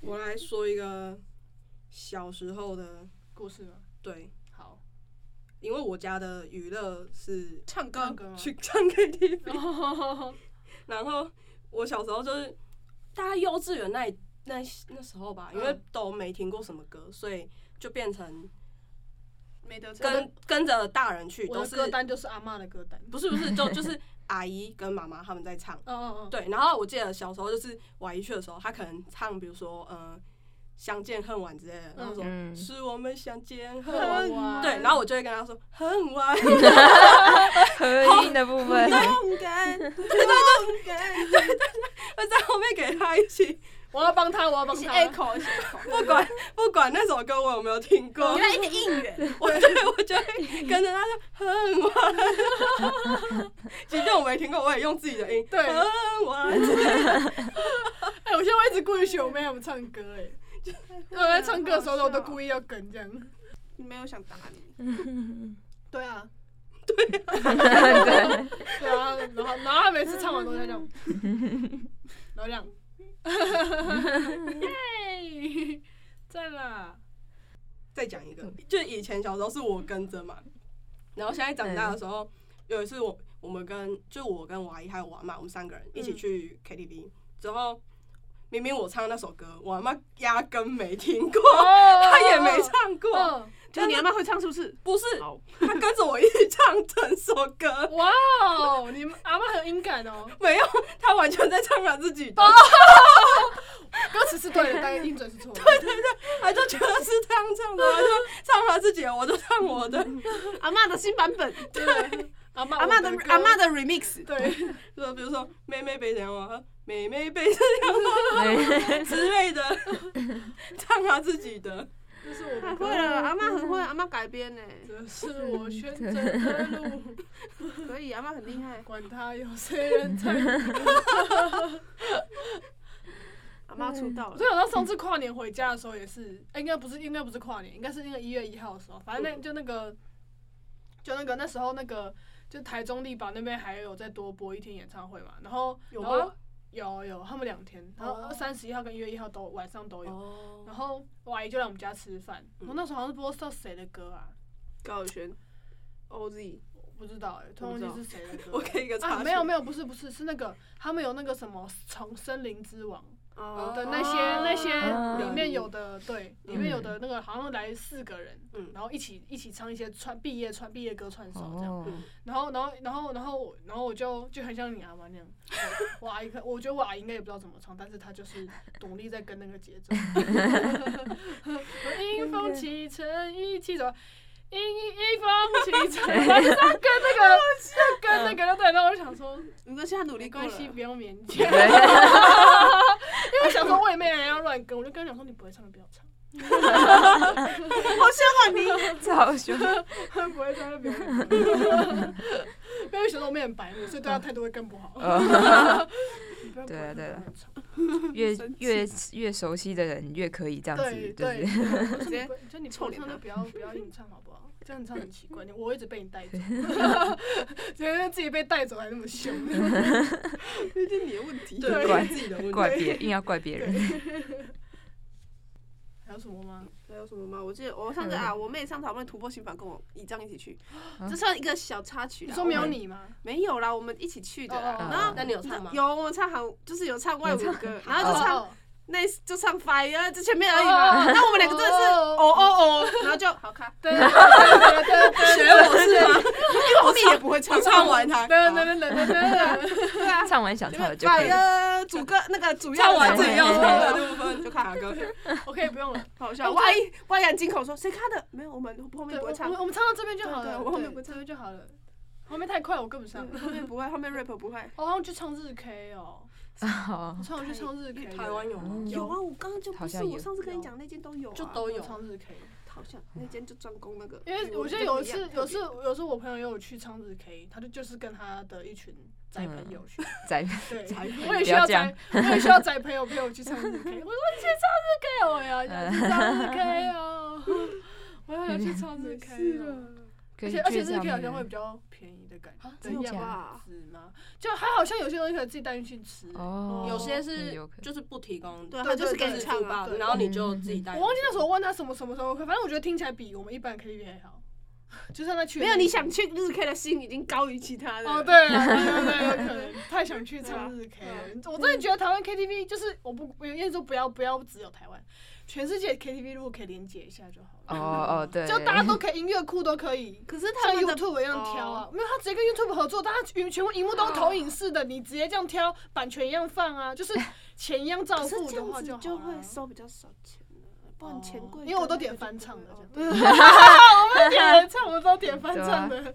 [SPEAKER 2] 我来说一个小时候的，
[SPEAKER 1] 故事吗？
[SPEAKER 2] 对，
[SPEAKER 1] 好，
[SPEAKER 2] 因为我家的娱乐是
[SPEAKER 3] 唱
[SPEAKER 1] 唱
[SPEAKER 3] 歌，
[SPEAKER 1] 歌吗？
[SPEAKER 2] 去唱 KTV，
[SPEAKER 1] 哦
[SPEAKER 2] 然后我小时候就是大概幼稚园那一那一那时候吧，因为
[SPEAKER 1] 嗯
[SPEAKER 2] 都没听过什么歌，所以就变成
[SPEAKER 3] 没 得唱。
[SPEAKER 2] 跟跟着大人去，
[SPEAKER 1] 我
[SPEAKER 2] 都
[SPEAKER 1] 的
[SPEAKER 2] 是
[SPEAKER 1] 歌单就是阿嬷的歌单，
[SPEAKER 2] 不是不 是，就就是阿姨跟妈妈他们在唱。
[SPEAKER 1] 嗯嗯嗯，
[SPEAKER 2] 对，然后我记得小时候就是我阿姨去的时候，她可能唱比如说呃相见恨晚之类的，然后说、
[SPEAKER 4] 嗯，
[SPEAKER 2] 是我们相见恨晚。
[SPEAKER 1] 很晚
[SPEAKER 2] 对，然后我就会跟她说很晚，
[SPEAKER 4] 合音的 部分，
[SPEAKER 3] 勇敢，勇敢，
[SPEAKER 2] 我在后面给她一起，
[SPEAKER 1] 我要帮他，我要帮
[SPEAKER 3] 一起
[SPEAKER 1] 他，
[SPEAKER 3] echo，一起 echo，
[SPEAKER 2] 不管不管那首歌我有没有听过
[SPEAKER 3] 给，他一个应援。
[SPEAKER 2] 我对我就会跟着她说很晚， 即便我没听过，我也用自己的音
[SPEAKER 1] 对
[SPEAKER 2] 很晚。
[SPEAKER 1] 哎、我现在会一直故意学我妹他们唱歌、哎，我在唱歌的时候，我都故意要跟这样。
[SPEAKER 3] 你没有想打你，
[SPEAKER 1] 对啊，
[SPEAKER 4] 对，
[SPEAKER 1] 对啊，然后然后她每次唱完都在这样，然后这样，耶，赞啦！
[SPEAKER 2] 再讲一
[SPEAKER 3] 嗯
[SPEAKER 2] 个，就以前小时候是我跟着嘛，然后现在长
[SPEAKER 3] 嗯
[SPEAKER 2] 大的时候，有一次我我们跟就我跟我阿姨还有我阿妈，我们三个人一
[SPEAKER 3] 嗯
[SPEAKER 2] 起去 KTV，之后明明我唱那首歌，我阿妈压根没听过，她也没唱过，
[SPEAKER 1] 哦，
[SPEAKER 3] 哦就你阿妈会唱是不是？
[SPEAKER 2] 不是
[SPEAKER 3] 好，
[SPEAKER 2] 她跟着我一起唱整首歌，
[SPEAKER 1] 哇哦，你们阿妈很有音感哦，
[SPEAKER 2] 没有，她完全在唱她自己的，
[SPEAKER 1] 歌词是对的，但音准是 错的。
[SPEAKER 2] 她哎就觉得是这样唱的，她就唱她自己的，我就唱我的，
[SPEAKER 3] 阿妈的新版本，
[SPEAKER 1] 对，阿妈
[SPEAKER 3] 阿
[SPEAKER 1] 妈
[SPEAKER 3] 妈的阿妈的 remix，
[SPEAKER 1] 对，
[SPEAKER 2] 就比如说妹妹被怎样啊，妹妹被怎样啊。之类的，唱他自己的。
[SPEAKER 1] 这是我
[SPEAKER 3] 太
[SPEAKER 1] 的
[SPEAKER 3] 会
[SPEAKER 1] 歌，
[SPEAKER 3] 了，阿妈很会，阿妈改编呢，
[SPEAKER 1] 这是我选择的路。
[SPEAKER 3] 可以，阿妈很厉害，
[SPEAKER 1] 管他有谁人 在乎。
[SPEAKER 3] 阿妈出道
[SPEAKER 1] 我
[SPEAKER 3] 了
[SPEAKER 1] 就，想到上次跨年回家的时候也是，哎应该不是，应该不是跨年，应该是那个一月一号的时候，反正那就那个，就那个那时候那个，就台中立宝那边还有再多播一天演唱会嘛，然后
[SPEAKER 2] 有
[SPEAKER 1] 然后
[SPEAKER 2] 吗
[SPEAKER 1] 有有，他们两天，然后
[SPEAKER 2] 哦
[SPEAKER 1] 三十一号跟一月一号都晚上都有，
[SPEAKER 2] 哦
[SPEAKER 1] 然后我阿姨就来我们家吃饭，
[SPEAKER 2] 嗯
[SPEAKER 1] 我那时候好像是播到谁的歌啊，
[SPEAKER 3] 高宇轩，OZ，
[SPEAKER 1] 我不知道哎，突
[SPEAKER 3] 我
[SPEAKER 1] 然
[SPEAKER 3] 不知
[SPEAKER 1] 忘
[SPEAKER 3] 道
[SPEAKER 1] 记是 谁的歌
[SPEAKER 2] 我
[SPEAKER 1] 了。
[SPEAKER 2] 给一个
[SPEAKER 1] 啊，
[SPEAKER 2] 插曲，
[SPEAKER 1] 没有没有，不是不是，是那个他们有那个什么《丛森林之王》，
[SPEAKER 3] 哦
[SPEAKER 1] 的那些、那些里
[SPEAKER 4] 嗯
[SPEAKER 1] 面有的对，里面有
[SPEAKER 4] 嗯
[SPEAKER 1] 的那个好像来四个人，
[SPEAKER 2] 嗯
[SPEAKER 1] 然后一起一起唱一些串毕业串毕业歌串烧这样，
[SPEAKER 4] 哦，
[SPEAKER 1] 然后然后然后然后然后我就就很像你阿妈那 样，我我阿姨可我觉得我阿姨应该也不知道怎么唱，但是她就是努力在跟那个 节奏，迎风起程一起走。迎迎 风起程，然后就是要跟那个，要跟那个，对不对，然后我就想说，
[SPEAKER 3] 没关系，他努力
[SPEAKER 1] 没
[SPEAKER 3] 哎过了
[SPEAKER 1] 关系，不用勉 强。因为我想说我也没人要乱跟，我就跟他讲说你不会唱就不要唱，
[SPEAKER 4] 这好凶。
[SPEAKER 1] 不会唱就不要唱。因为小时候我们也很白目，所以对他态度会更不好。你不要
[SPEAKER 4] 对啊对啊，
[SPEAKER 1] 不
[SPEAKER 4] 越越越熟悉的人越可以这样
[SPEAKER 1] 要对
[SPEAKER 4] 子，就是
[SPEAKER 1] 对，我
[SPEAKER 3] 直
[SPEAKER 1] 说你
[SPEAKER 3] 接
[SPEAKER 1] 不就你
[SPEAKER 3] 臭
[SPEAKER 1] 不
[SPEAKER 3] 脸
[SPEAKER 1] 唱
[SPEAKER 3] 他
[SPEAKER 1] 就不要不要硬唱好不好？这样唱很奇怪，你我会一直被你带走，觉得自己被带走还那么凶。
[SPEAKER 2] 这是你的问题，
[SPEAKER 1] 对
[SPEAKER 4] 怪
[SPEAKER 2] 自己的问
[SPEAKER 4] 怪
[SPEAKER 2] 题。
[SPEAKER 4] 别硬要怪别人。
[SPEAKER 1] 还有什么吗？
[SPEAKER 3] 还有什么吗？我记得我上次啊，我妹上次好不容易突破心房，跟我姨丈一起去
[SPEAKER 4] 嗯啊，
[SPEAKER 3] 这算一个小插曲啦。
[SPEAKER 1] 你说没有
[SPEAKER 3] 我们
[SPEAKER 1] 你吗？
[SPEAKER 3] 没有啦，我们一起去的啦
[SPEAKER 1] 哦哦哦。
[SPEAKER 3] 然
[SPEAKER 4] 啊
[SPEAKER 3] 后
[SPEAKER 2] 那你有唱吗？
[SPEAKER 3] 有我们唱韩，就是有唱外文 歌，然后就唱
[SPEAKER 1] 哦
[SPEAKER 3] 那就唱 Fire，就前面而已
[SPEAKER 1] 哦
[SPEAKER 3] 嘛。
[SPEAKER 1] 哦
[SPEAKER 3] 那我们两个真的是
[SPEAKER 1] 哦
[SPEAKER 3] 哦哦哦，然后就好看，
[SPEAKER 1] 对对对对对，
[SPEAKER 2] 学我是吗？
[SPEAKER 3] 因为我
[SPEAKER 2] 我
[SPEAKER 3] 妹
[SPEAKER 2] 自己也不会唱，唱完它。
[SPEAKER 1] 对对对对对对，
[SPEAKER 3] 对 啊，
[SPEAKER 4] 唱完想唱的就可以。
[SPEAKER 3] Fire 主歌那个主要
[SPEAKER 2] 唱完
[SPEAKER 4] 自
[SPEAKER 2] 自
[SPEAKER 4] 己
[SPEAKER 2] 己
[SPEAKER 4] 要
[SPEAKER 2] 要
[SPEAKER 4] 唱
[SPEAKER 2] 唱
[SPEAKER 1] 的
[SPEAKER 2] 的部分就卡歌。
[SPEAKER 1] 我可以不用了。
[SPEAKER 3] 好笑，我还我还敢惊口说谁看的？没有，我们后面
[SPEAKER 1] 对，
[SPEAKER 3] 不
[SPEAKER 1] 我
[SPEAKER 3] 会唱
[SPEAKER 1] 我，们我们唱到这边就好
[SPEAKER 3] 对
[SPEAKER 1] 了，
[SPEAKER 3] 对我后面
[SPEAKER 1] 对
[SPEAKER 3] 不
[SPEAKER 1] 这边就好了，后面太快我跟不上。
[SPEAKER 3] 对后面不会，后面 rap 不会。
[SPEAKER 1] 我好像哦去唱日 K 哦，
[SPEAKER 4] 好
[SPEAKER 1] 我，唱我去唱日 K，的
[SPEAKER 2] 台湾有吗？
[SPEAKER 3] 有啊，我刚刚就
[SPEAKER 4] 好
[SPEAKER 3] 不是
[SPEAKER 4] 像有
[SPEAKER 3] 我上次跟你讲那间都有啊，
[SPEAKER 2] 就都有。
[SPEAKER 1] 唱日 K，
[SPEAKER 3] 好像那间就专攻那个。
[SPEAKER 1] 因为
[SPEAKER 3] 嗯
[SPEAKER 1] 我记得有一
[SPEAKER 3] 就不
[SPEAKER 1] 次
[SPEAKER 3] 样
[SPEAKER 1] 有次有次我朋友也有去唱日 K，他就就是跟他的一群宅朋友去，
[SPEAKER 4] 在
[SPEAKER 1] 对，
[SPEAKER 2] 才
[SPEAKER 1] 我也
[SPEAKER 4] 嗯不
[SPEAKER 1] 需
[SPEAKER 4] 要
[SPEAKER 1] 要
[SPEAKER 4] 这样
[SPEAKER 1] 宅，我也需要宅朋友陪我去唱日 K，我说你去唱日 K 哦我也要想去唱
[SPEAKER 4] 嗯
[SPEAKER 1] 日 K 哦，我也要去唱日 K 哦。
[SPEAKER 3] 嗯
[SPEAKER 1] 而且而且日 K 好像会比较便宜的感觉，
[SPEAKER 4] 真的
[SPEAKER 1] 的
[SPEAKER 4] 假的
[SPEAKER 1] 样子吗？就还好像有些东西可以自己带进去吃。
[SPEAKER 4] 哦，
[SPEAKER 2] 有些是
[SPEAKER 4] 嗯有可能
[SPEAKER 2] 就是不提供，
[SPEAKER 3] 对，
[SPEAKER 1] 对
[SPEAKER 3] 他就是
[SPEAKER 1] 对
[SPEAKER 3] 给
[SPEAKER 1] 对
[SPEAKER 3] 你
[SPEAKER 2] 自
[SPEAKER 3] 唱
[SPEAKER 2] 助
[SPEAKER 3] 啊
[SPEAKER 2] 吧，，
[SPEAKER 3] 对
[SPEAKER 2] 然后你就自己带。
[SPEAKER 1] 我忘记那时候问他什么什么时候会，反正我觉得听起来比我们一般 KTV 还好，就算他去
[SPEAKER 3] 没有你想去日 K 的心已经高于其他的。
[SPEAKER 1] 哦，对啊对对对，有可能太想去
[SPEAKER 3] 啊
[SPEAKER 1] 唱日 K 了。
[SPEAKER 3] 嗯
[SPEAKER 1] 我真的觉得台湾 KTV 就是我不，我有意思说不要不要只有台湾，全世界 KTV 如果可以连接一下就好了。
[SPEAKER 4] 哦哦对，
[SPEAKER 1] 就大家都可以，音乐库都可以，
[SPEAKER 3] 可是他
[SPEAKER 1] 像
[SPEAKER 3] 们的哦
[SPEAKER 1] YouTube 一样挑啊，没有他直接跟 YouTube 合作，大家全全部荧幕都是投影式的，你直接这样挑，版权一样放啊，就是钱一样照
[SPEAKER 3] 可是
[SPEAKER 1] 付
[SPEAKER 3] 这
[SPEAKER 1] 的话
[SPEAKER 3] 样子
[SPEAKER 1] 就
[SPEAKER 3] 就
[SPEAKER 1] 好了
[SPEAKER 3] 会
[SPEAKER 1] 啊
[SPEAKER 3] 收比较少钱了，不然钱贵。
[SPEAKER 1] 哦因为我都点翻唱的
[SPEAKER 3] 哦，
[SPEAKER 1] 这样啊 我们点唱，我们都点翻唱的，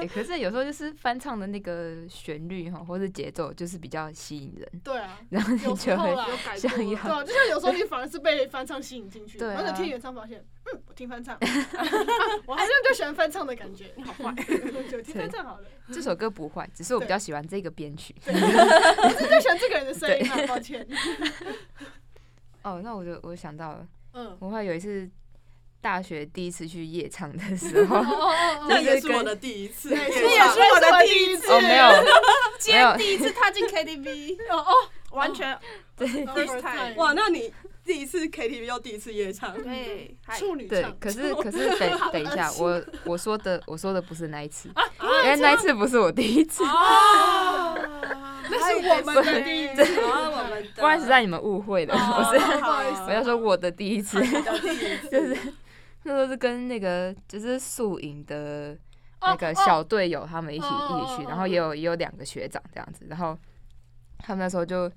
[SPEAKER 4] 欸可是有时候就是翻唱的那个旋律哈，或是节奏，就是比较吸引人，
[SPEAKER 1] 对啊，
[SPEAKER 4] 然后你
[SPEAKER 1] 有时
[SPEAKER 4] 就
[SPEAKER 1] 候
[SPEAKER 4] 会
[SPEAKER 1] 啦，
[SPEAKER 3] 改
[SPEAKER 4] 想
[SPEAKER 3] 过
[SPEAKER 4] 要
[SPEAKER 1] 对啊，就像有时候你反而是被翻唱吸引进去，
[SPEAKER 4] 对啊
[SPEAKER 1] 而且听原唱发现，嗯，我听翻 唱，我好像就喜欢翻唱的感觉，你好坏， 就听翻唱好了，
[SPEAKER 4] 这首歌不坏，只是我比较喜欢这个编曲。
[SPEAKER 1] 我是最喜欢这个人的声音啊，抱歉，
[SPEAKER 4] 哦，那我就我想到了，
[SPEAKER 1] 嗯，，
[SPEAKER 4] 我还有一次大学第一次去夜唱的时候
[SPEAKER 1] 哦哦
[SPEAKER 2] 那也是我的第一次，
[SPEAKER 1] 对
[SPEAKER 2] 也
[SPEAKER 1] 也是我的第一次，
[SPEAKER 4] 哦没 有
[SPEAKER 3] 今
[SPEAKER 4] 没有
[SPEAKER 3] 天第一次踏进 KTV，
[SPEAKER 1] 哦哦，
[SPEAKER 3] 完全
[SPEAKER 4] 对
[SPEAKER 3] first time
[SPEAKER 2] 哇，那你第一次 KTV 又第一次夜 唱，
[SPEAKER 3] 对，还
[SPEAKER 1] 处女
[SPEAKER 4] 对
[SPEAKER 1] 唱，，
[SPEAKER 4] 可是可是等等一下，我我说的我说的不是那一次，因为那一次不是我第一次，
[SPEAKER 2] 哦
[SPEAKER 1] 啊，那是我们的第一次，
[SPEAKER 2] 然哎哦后我们哦
[SPEAKER 4] 不
[SPEAKER 1] 啊
[SPEAKER 4] 然是让你们误会了，我是
[SPEAKER 1] 不好意思
[SPEAKER 4] 我要说我的第一次，
[SPEAKER 1] 哦
[SPEAKER 2] 的第一次，
[SPEAKER 4] 就是那时候是跟那个就是宿营的那个小队友他们一起
[SPEAKER 1] 哦
[SPEAKER 4] 一起去，
[SPEAKER 1] 哦
[SPEAKER 4] 然后也有也有两个学长这样子，然后他们那时候就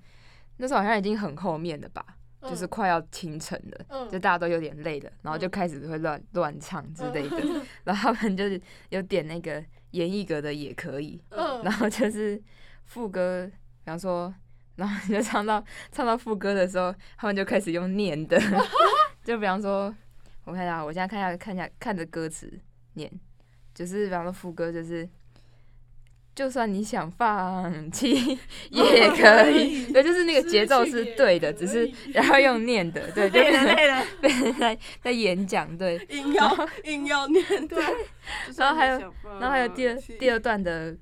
[SPEAKER 4] 那时候好像已经很后面了吧，
[SPEAKER 1] 嗯
[SPEAKER 4] 就是快要清晨了。
[SPEAKER 1] 嗯
[SPEAKER 4] 就大家都有点累了，然后就开始会乱乱唱之类的，
[SPEAKER 1] 嗯
[SPEAKER 4] 然后他们就是有点那个严艺格的也可以，
[SPEAKER 1] 嗯
[SPEAKER 4] 然后就是副歌，比方说，然后就唱到唱到副歌的时候，他们就开始用念的， 就比方说，我看一下，我现在看一下看一下看着歌词念，就是比方说副歌就是。就算你想放 弃也可以，对，就是那个节奏是对的，只是然后用念的， 对，就
[SPEAKER 3] 累
[SPEAKER 4] 变
[SPEAKER 3] 了
[SPEAKER 4] 成
[SPEAKER 3] 累了，
[SPEAKER 4] 被人在在演讲，对，
[SPEAKER 2] 硬要硬要念，对，
[SPEAKER 4] 然后还有
[SPEAKER 3] 就是很
[SPEAKER 2] 嗯
[SPEAKER 3] 想
[SPEAKER 4] 然后还有第二
[SPEAKER 2] 是
[SPEAKER 4] 第二段的，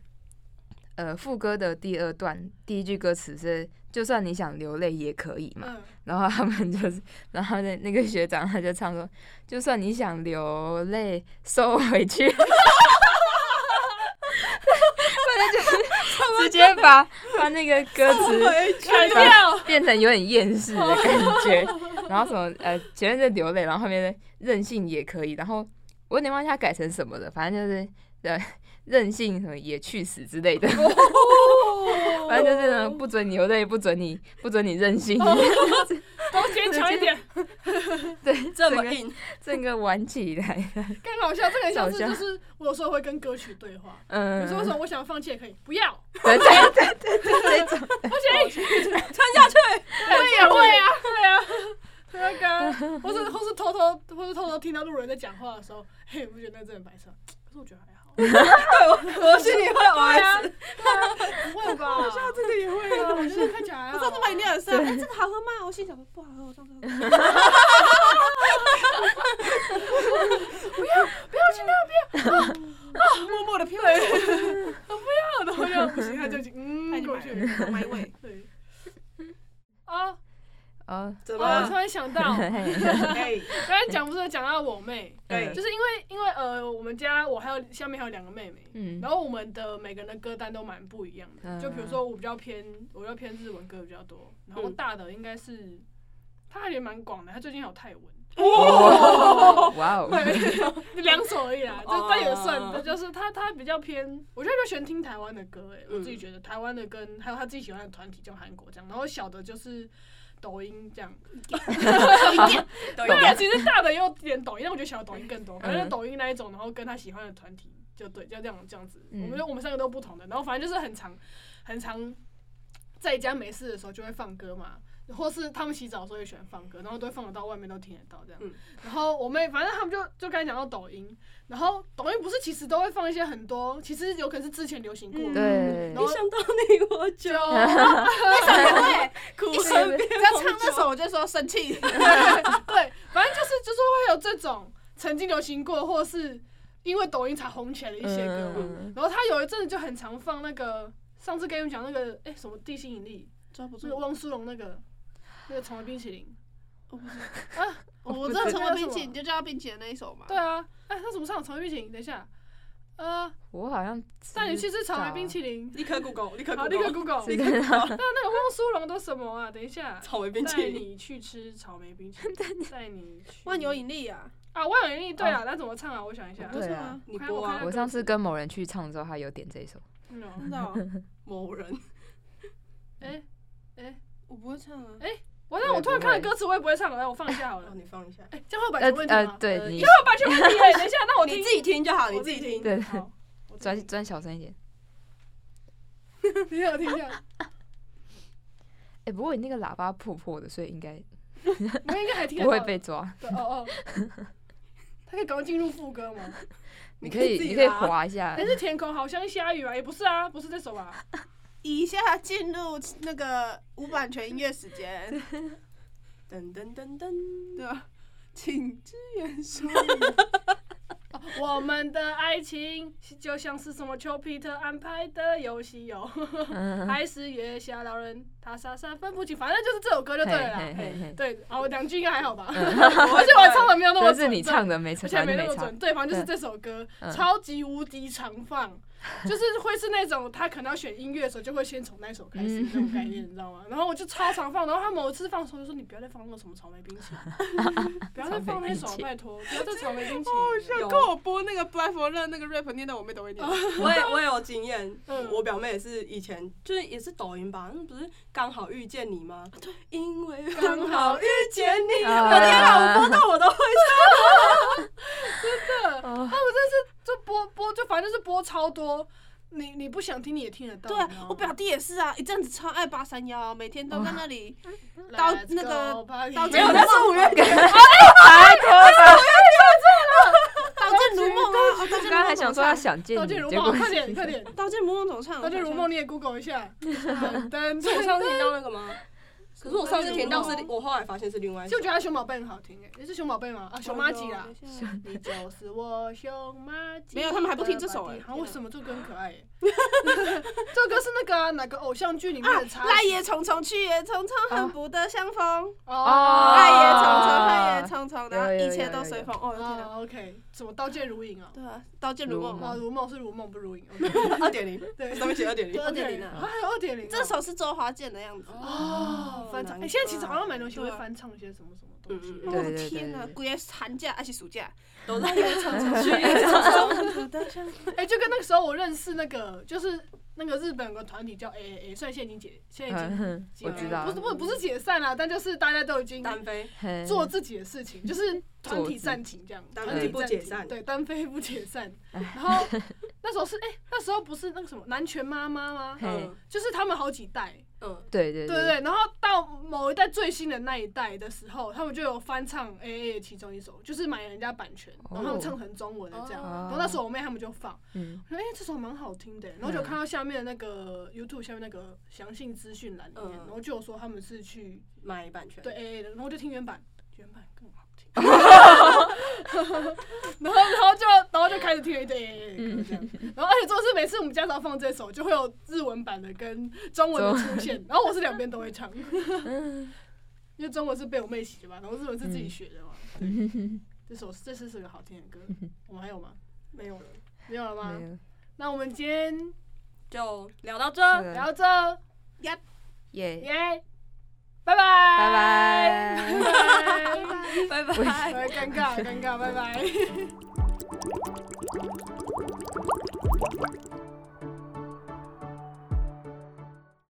[SPEAKER 4] 呃，副歌的第二段第一句歌词是“就算你想流泪也可 以嘛”，
[SPEAKER 1] 嗯，
[SPEAKER 4] 然后他们就是， 然后那那个学长他就唱说：“就算你想流泪， 收回去。”反正就是直接把把那个歌词
[SPEAKER 2] 回去
[SPEAKER 1] 砍掉，
[SPEAKER 4] 变成有点厌世的感觉。然后什么呃，前面在流泪，然后后面在任性也可以。然后我有点忘记他改成什么了，反正就是呃任性什么也去死之类的，
[SPEAKER 1] 哦
[SPEAKER 4] 反正就是那种不准你流泪，不准你不准你任性，
[SPEAKER 1] 哦 都坚强一点。
[SPEAKER 4] 对，
[SPEAKER 2] 这
[SPEAKER 4] 整
[SPEAKER 2] 么
[SPEAKER 4] 个
[SPEAKER 2] 硬，
[SPEAKER 4] 整个玩起来，
[SPEAKER 1] 更好笑，这个很像是
[SPEAKER 4] 搞笑
[SPEAKER 1] 就是我有时候会跟歌曲对话，比
[SPEAKER 4] 嗯，
[SPEAKER 1] 如说为什么我想放弃也可以，不要，
[SPEAKER 4] 对对对对对，这种
[SPEAKER 1] 不行，
[SPEAKER 2] 穿 下去。
[SPEAKER 1] 我也会啊， 对啊。那个，或是或是偷偷，或是偷偷听到路人在讲话的时候，嘿，你不觉得那真的很白痴啊？可是我觉得还好。
[SPEAKER 2] 我心里
[SPEAKER 1] 对
[SPEAKER 2] 会 OS，
[SPEAKER 1] 啊，对啊不会吧？我下次
[SPEAKER 2] 这个也会啊。
[SPEAKER 1] 我觉得看起来还
[SPEAKER 3] 我
[SPEAKER 1] 好
[SPEAKER 3] 上次买饮料的时候，哎，这个好喝吗？我心想说不好喝，我上次喝过。
[SPEAKER 1] 默默的飘走，我不要，然后就不行，他就已经
[SPEAKER 3] 那
[SPEAKER 1] 嗯
[SPEAKER 3] 你
[SPEAKER 1] 过
[SPEAKER 3] 买
[SPEAKER 1] 去。
[SPEAKER 3] 了买一位。
[SPEAKER 1] 对。啊哦！
[SPEAKER 4] 哦，
[SPEAKER 2] 怎么
[SPEAKER 1] 我突
[SPEAKER 2] 了？
[SPEAKER 1] 然想到，刚
[SPEAKER 2] 哎，
[SPEAKER 1] 才讲不是讲到我妹，
[SPEAKER 2] 对
[SPEAKER 1] 就是因为因为呃，我们家我还有下面还有两个妹妹，
[SPEAKER 4] 嗯
[SPEAKER 1] 然后我们的每个人的歌单都蛮不一样的。
[SPEAKER 4] 嗯
[SPEAKER 1] 就比如说我比较偏，我比较偏日文歌比较多，然后
[SPEAKER 2] 嗯
[SPEAKER 1] 大的应该是，他还蛮广的，他最近还有泰文。
[SPEAKER 4] 哦哇 哦，
[SPEAKER 1] 两首而已啦，就
[SPEAKER 2] 哦
[SPEAKER 1] 但也算，就是他他比较偏，我觉得就喜欢听台湾的歌诶、
[SPEAKER 2] 嗯
[SPEAKER 1] 我自己觉得台湾的跟还有他自己喜欢的团体叫韩国这样，然后小的就是抖音这样，
[SPEAKER 2] 抖
[SPEAKER 1] 对啊，
[SPEAKER 2] 音，
[SPEAKER 1] 其实大的也有点抖音，但我觉得小的抖
[SPEAKER 2] 嗯
[SPEAKER 1] 音更多，反正就抖音那一种，然后跟他喜欢的团体就对，就这样这样子，
[SPEAKER 4] 嗯
[SPEAKER 1] 我们就我们三个都不同的，然后反正就是很常很常在家没事的时候就会放歌嘛。或是他们洗澡的时候也喜欢放歌，然后都会放得到外面都听得到这样。
[SPEAKER 2] 嗯
[SPEAKER 1] 然后我妹，反正他们就就刚才讲到抖音，然后抖音不是其实都会放一些很多，其实有可能是之前流行过的，
[SPEAKER 4] 对
[SPEAKER 1] 然，后
[SPEAKER 2] 一想到你我就
[SPEAKER 1] 就
[SPEAKER 2] 哭
[SPEAKER 3] 一
[SPEAKER 2] 身
[SPEAKER 3] 生
[SPEAKER 2] 边
[SPEAKER 3] 只要唱这首，我就说生气。
[SPEAKER 1] 对，反正就是就是会有这种曾经流行过，或是因为抖音才红起来的一些歌嘛。
[SPEAKER 4] 嗯
[SPEAKER 1] 然后他有一阵子就很常放那个，上次跟你们讲那个，哎、什么地心引力，
[SPEAKER 3] 抓不
[SPEAKER 1] 就是，汪苏泷那个那个宠物冰淇淋。
[SPEAKER 3] 我不知
[SPEAKER 1] 啊
[SPEAKER 3] 道。 我知道成为冰淇淋，你就叫冰淇淋那一首嘛。
[SPEAKER 1] 对啊，哎、他怎么唱宠物冰淇淋？等一下，呃，
[SPEAKER 4] 我好像
[SPEAKER 1] 带你去吃草莓冰淇淋。
[SPEAKER 2] 立刻 Google，立刻
[SPEAKER 1] 好，立刻
[SPEAKER 2] Google，
[SPEAKER 1] Google。
[SPEAKER 4] 知
[SPEAKER 1] 那
[SPEAKER 4] 道
[SPEAKER 1] 那个汪苏泷都什么啊？等一 下，
[SPEAKER 2] 草莓冰淇
[SPEAKER 1] 带
[SPEAKER 2] 淋。
[SPEAKER 1] 你去吃草莓冰淇 淋，带你去
[SPEAKER 3] 万有引力啊，
[SPEAKER 1] 啊，万有引力。对啊，那怎么唱啊？我想一下。
[SPEAKER 4] 对啊，
[SPEAKER 2] 你播啊，
[SPEAKER 4] 我上次跟某人去唱之后，他有点这一首，
[SPEAKER 1] 嗯哦
[SPEAKER 3] 真的哦，
[SPEAKER 2] 某人，
[SPEAKER 1] 哎哎，
[SPEAKER 3] 我不会唱啊。
[SPEAKER 1] 我那我突然看了歌词，我也不会唱了，来我放一下好了
[SPEAKER 2] 哦让。你放一下，
[SPEAKER 1] 哎，这样会有版
[SPEAKER 4] 呃
[SPEAKER 1] 权问题
[SPEAKER 4] 呃
[SPEAKER 1] 吗，？
[SPEAKER 4] 对
[SPEAKER 2] 呃
[SPEAKER 4] 你
[SPEAKER 2] 因
[SPEAKER 1] 会有版权问题哎，等一下，那我听
[SPEAKER 2] 你自己听就好，你自己听。
[SPEAKER 4] 对
[SPEAKER 1] 好，我自己
[SPEAKER 4] 转转小声一点。
[SPEAKER 1] 听等一下我听一下，
[SPEAKER 4] 哎，不过你那个喇叭破破的，所以应该
[SPEAKER 1] 我应该还听得
[SPEAKER 4] 不会
[SPEAKER 1] 到
[SPEAKER 4] 被抓。
[SPEAKER 1] 对哦哦。他可以赶快进入副歌吗？
[SPEAKER 4] 你
[SPEAKER 2] 你
[SPEAKER 4] 可
[SPEAKER 2] 可
[SPEAKER 4] 以
[SPEAKER 2] 以
[SPEAKER 4] 你可
[SPEAKER 2] 自己
[SPEAKER 4] 以
[SPEAKER 2] 拉
[SPEAKER 4] 滑一下
[SPEAKER 1] 但，是天空好像下雨啊，也不是啊，不是这首吧？
[SPEAKER 3] 以下进入那个无版权音乐时间，
[SPEAKER 2] 噔噔噔噔，
[SPEAKER 3] 对吧？ 请支援说。
[SPEAKER 1] 哦我们的爱情就像是什么丘比特安排的游戏哦，
[SPEAKER 4] 嗯，
[SPEAKER 1] 还是月下老人他傻傻分不清，反正就是这首歌就对了啦。
[SPEAKER 4] 嘿嘿嘿嘿
[SPEAKER 1] 对，好，我两句应该还好吧？
[SPEAKER 2] 而
[SPEAKER 1] 而且 我唱的没有那么
[SPEAKER 4] 但
[SPEAKER 1] 准，
[SPEAKER 4] 是你
[SPEAKER 1] 对
[SPEAKER 4] 唱的没错，
[SPEAKER 1] 而且没
[SPEAKER 4] 你
[SPEAKER 1] 那
[SPEAKER 4] 没
[SPEAKER 1] 么
[SPEAKER 4] 唱
[SPEAKER 1] 准，。对，反正就是这首歌
[SPEAKER 4] 嗯
[SPEAKER 1] 超级无敌常放，就是会是那种他可能要选音乐的时候，就会先从那首开始
[SPEAKER 4] 嗯
[SPEAKER 1] 这种概念，你知道吗？然后我就超常放，然后他某一次放的时候就说：“你不要再放那个什么草莓冰淇 淋，不要再放那首
[SPEAKER 4] 草莓冰淇，淋
[SPEAKER 1] 拜托，不要再草莓冰淇淋。”
[SPEAKER 3] 跟我播那个 Black for Love 那个 rap 念到我妹都会 念。
[SPEAKER 2] 我也我也有经验
[SPEAKER 1] 嗯，
[SPEAKER 2] 我表妹也是以前就是也是抖音吧，那不是刚好遇见你吗？对，因为刚好遇见你，
[SPEAKER 4] 啊
[SPEAKER 2] 我天啊，我播到我都会
[SPEAKER 4] 哦
[SPEAKER 1] 就播播就反正就是播超多，你你不想听你也听得到。
[SPEAKER 3] 对
[SPEAKER 1] 你知道
[SPEAKER 3] 啊
[SPEAKER 1] 吗，
[SPEAKER 3] 我表弟也是啊，一阵子超爱八三幺，每天都在那 里。到
[SPEAKER 1] Let's
[SPEAKER 3] 那个
[SPEAKER 1] go party
[SPEAKER 3] 到
[SPEAKER 1] 没有
[SPEAKER 3] 那
[SPEAKER 1] 那
[SPEAKER 3] 是五月天，刀剑如梦啊！哦刀
[SPEAKER 4] 刚
[SPEAKER 3] 剑如梦
[SPEAKER 4] 刚还想说要想见
[SPEAKER 1] 刀
[SPEAKER 4] 你
[SPEAKER 1] 剑，如
[SPEAKER 4] 结果
[SPEAKER 1] 梦， 快点快点，
[SPEAKER 3] 刀剑如梦怎么唱？
[SPEAKER 1] 刀剑如梦你也 Google 一 下，噔噔
[SPEAKER 2] 是我上次填到那个吗？可是我上次填到是，我后来发现是另外一
[SPEAKER 1] 其实
[SPEAKER 2] 首
[SPEAKER 1] 我。觉得他熊宝贝很好听诶、欸，也是熊宝贝吗？啊，
[SPEAKER 3] 我
[SPEAKER 1] 熊
[SPEAKER 3] 想
[SPEAKER 1] 妈
[SPEAKER 3] 一下。
[SPEAKER 1] 吉 啦。你就是我熊妈吉。
[SPEAKER 3] 没有他们还不听这首欸
[SPEAKER 1] 然后为什么这歌很可爱、欸？这首歌是那个啊哪个偶像剧里面
[SPEAKER 3] 啊
[SPEAKER 1] 的插，曲？
[SPEAKER 3] 来也匆匆，去也匆匆，恨不得相逢。
[SPEAKER 4] 哦
[SPEAKER 3] 爱也
[SPEAKER 4] 啊
[SPEAKER 3] 匆匆，恨也匆匆，然
[SPEAKER 4] 有
[SPEAKER 3] 后
[SPEAKER 4] 有有
[SPEAKER 3] 一切
[SPEAKER 4] 有
[SPEAKER 3] 都
[SPEAKER 4] 有
[SPEAKER 3] 随风。哦，天哪！
[SPEAKER 1] 啊，OK，什么刀剑如影啊？
[SPEAKER 3] 对啊，刀剑如梦
[SPEAKER 4] 如
[SPEAKER 3] 嘛。
[SPEAKER 1] 啊，
[SPEAKER 4] 梦
[SPEAKER 1] 如梦是如梦不如影。
[SPEAKER 2] 二点零，
[SPEAKER 1] 对，
[SPEAKER 2] 上面写二点零
[SPEAKER 3] 对，2.0
[SPEAKER 1] OK，
[SPEAKER 3] 啊
[SPEAKER 1] 啊还有二点零，
[SPEAKER 3] 这首是周华健的样子。
[SPEAKER 1] 哦，翻唱。
[SPEAKER 3] 难
[SPEAKER 1] 哎，现在其实好像蛮流行
[SPEAKER 3] 怪
[SPEAKER 1] 会
[SPEAKER 3] 对啊
[SPEAKER 1] 翻唱一些什么什么东西。
[SPEAKER 2] 嗯
[SPEAKER 3] 我
[SPEAKER 4] 对
[SPEAKER 3] 的
[SPEAKER 4] 对
[SPEAKER 3] 哦天
[SPEAKER 4] 对
[SPEAKER 3] 哪！
[SPEAKER 4] 对
[SPEAKER 3] 估计寒假还是 暑假，
[SPEAKER 2] 都在演唱中。
[SPEAKER 3] 去也匆匆。
[SPEAKER 1] 哎，就跟那个时候我认识那个，就是那个日本有个团体叫哎 A A A，虽然现在已经解，现在已经
[SPEAKER 4] 嗯
[SPEAKER 1] 解
[SPEAKER 4] 我知道
[SPEAKER 1] 不，是不是不是解散了，但就是大家都已经
[SPEAKER 2] 单飞，
[SPEAKER 4] 嘿
[SPEAKER 1] 做自己的事情，就是团体暂停这样，
[SPEAKER 2] 单
[SPEAKER 1] 团体
[SPEAKER 2] 飞不
[SPEAKER 1] 暂停
[SPEAKER 2] 解散
[SPEAKER 1] 对，单飞不解散。
[SPEAKER 4] 哎
[SPEAKER 1] 然后那时候是哎、那时候不是那个什么南拳妈妈吗？
[SPEAKER 4] 嘿，
[SPEAKER 2] 嗯
[SPEAKER 1] 就是他们好几代，
[SPEAKER 2] 嗯，
[SPEAKER 4] 对对
[SPEAKER 1] 对对对。然后到某一代最新的那一代的时候，他们就有翻唱 A A 的其中一首，就是买人家版权，然后他们唱成中文的这样。
[SPEAKER 2] 哦
[SPEAKER 1] 然后那时候我妹他们就放，
[SPEAKER 4] 嗯
[SPEAKER 1] 我说哎、这首蛮好听的，然后就看到下面的那个 YouTube 下面那个详细资讯栏里面，
[SPEAKER 2] 嗯
[SPEAKER 1] 然后就有说他们是去
[SPEAKER 2] 买版权，
[SPEAKER 1] 对 A A 的，然后我就听原版，原版更好听。然后，然后就，然后就开始听了一哎堆 A A 的歌这样。然后，而且重点是每次我们家只要放这首，就会有日文版的跟中文的出现。然后我是两边都会唱，因为中文是被我妹洗的嘛，然后日文是自己学的嘛。对这首这是是个好听的歌，我们还有吗？
[SPEAKER 2] 没有了，
[SPEAKER 1] 没有了吗
[SPEAKER 4] 没？有
[SPEAKER 1] 那我们今天
[SPEAKER 2] 就聊到这。
[SPEAKER 4] 对
[SPEAKER 1] 聊到这，
[SPEAKER 4] 耶，
[SPEAKER 1] 耶，拜拜，
[SPEAKER 4] 拜
[SPEAKER 1] 拜
[SPEAKER 4] 拜。
[SPEAKER 1] 拜，拜
[SPEAKER 2] 拜拜。
[SPEAKER 1] 拜，尴尬尴尬，拜拜。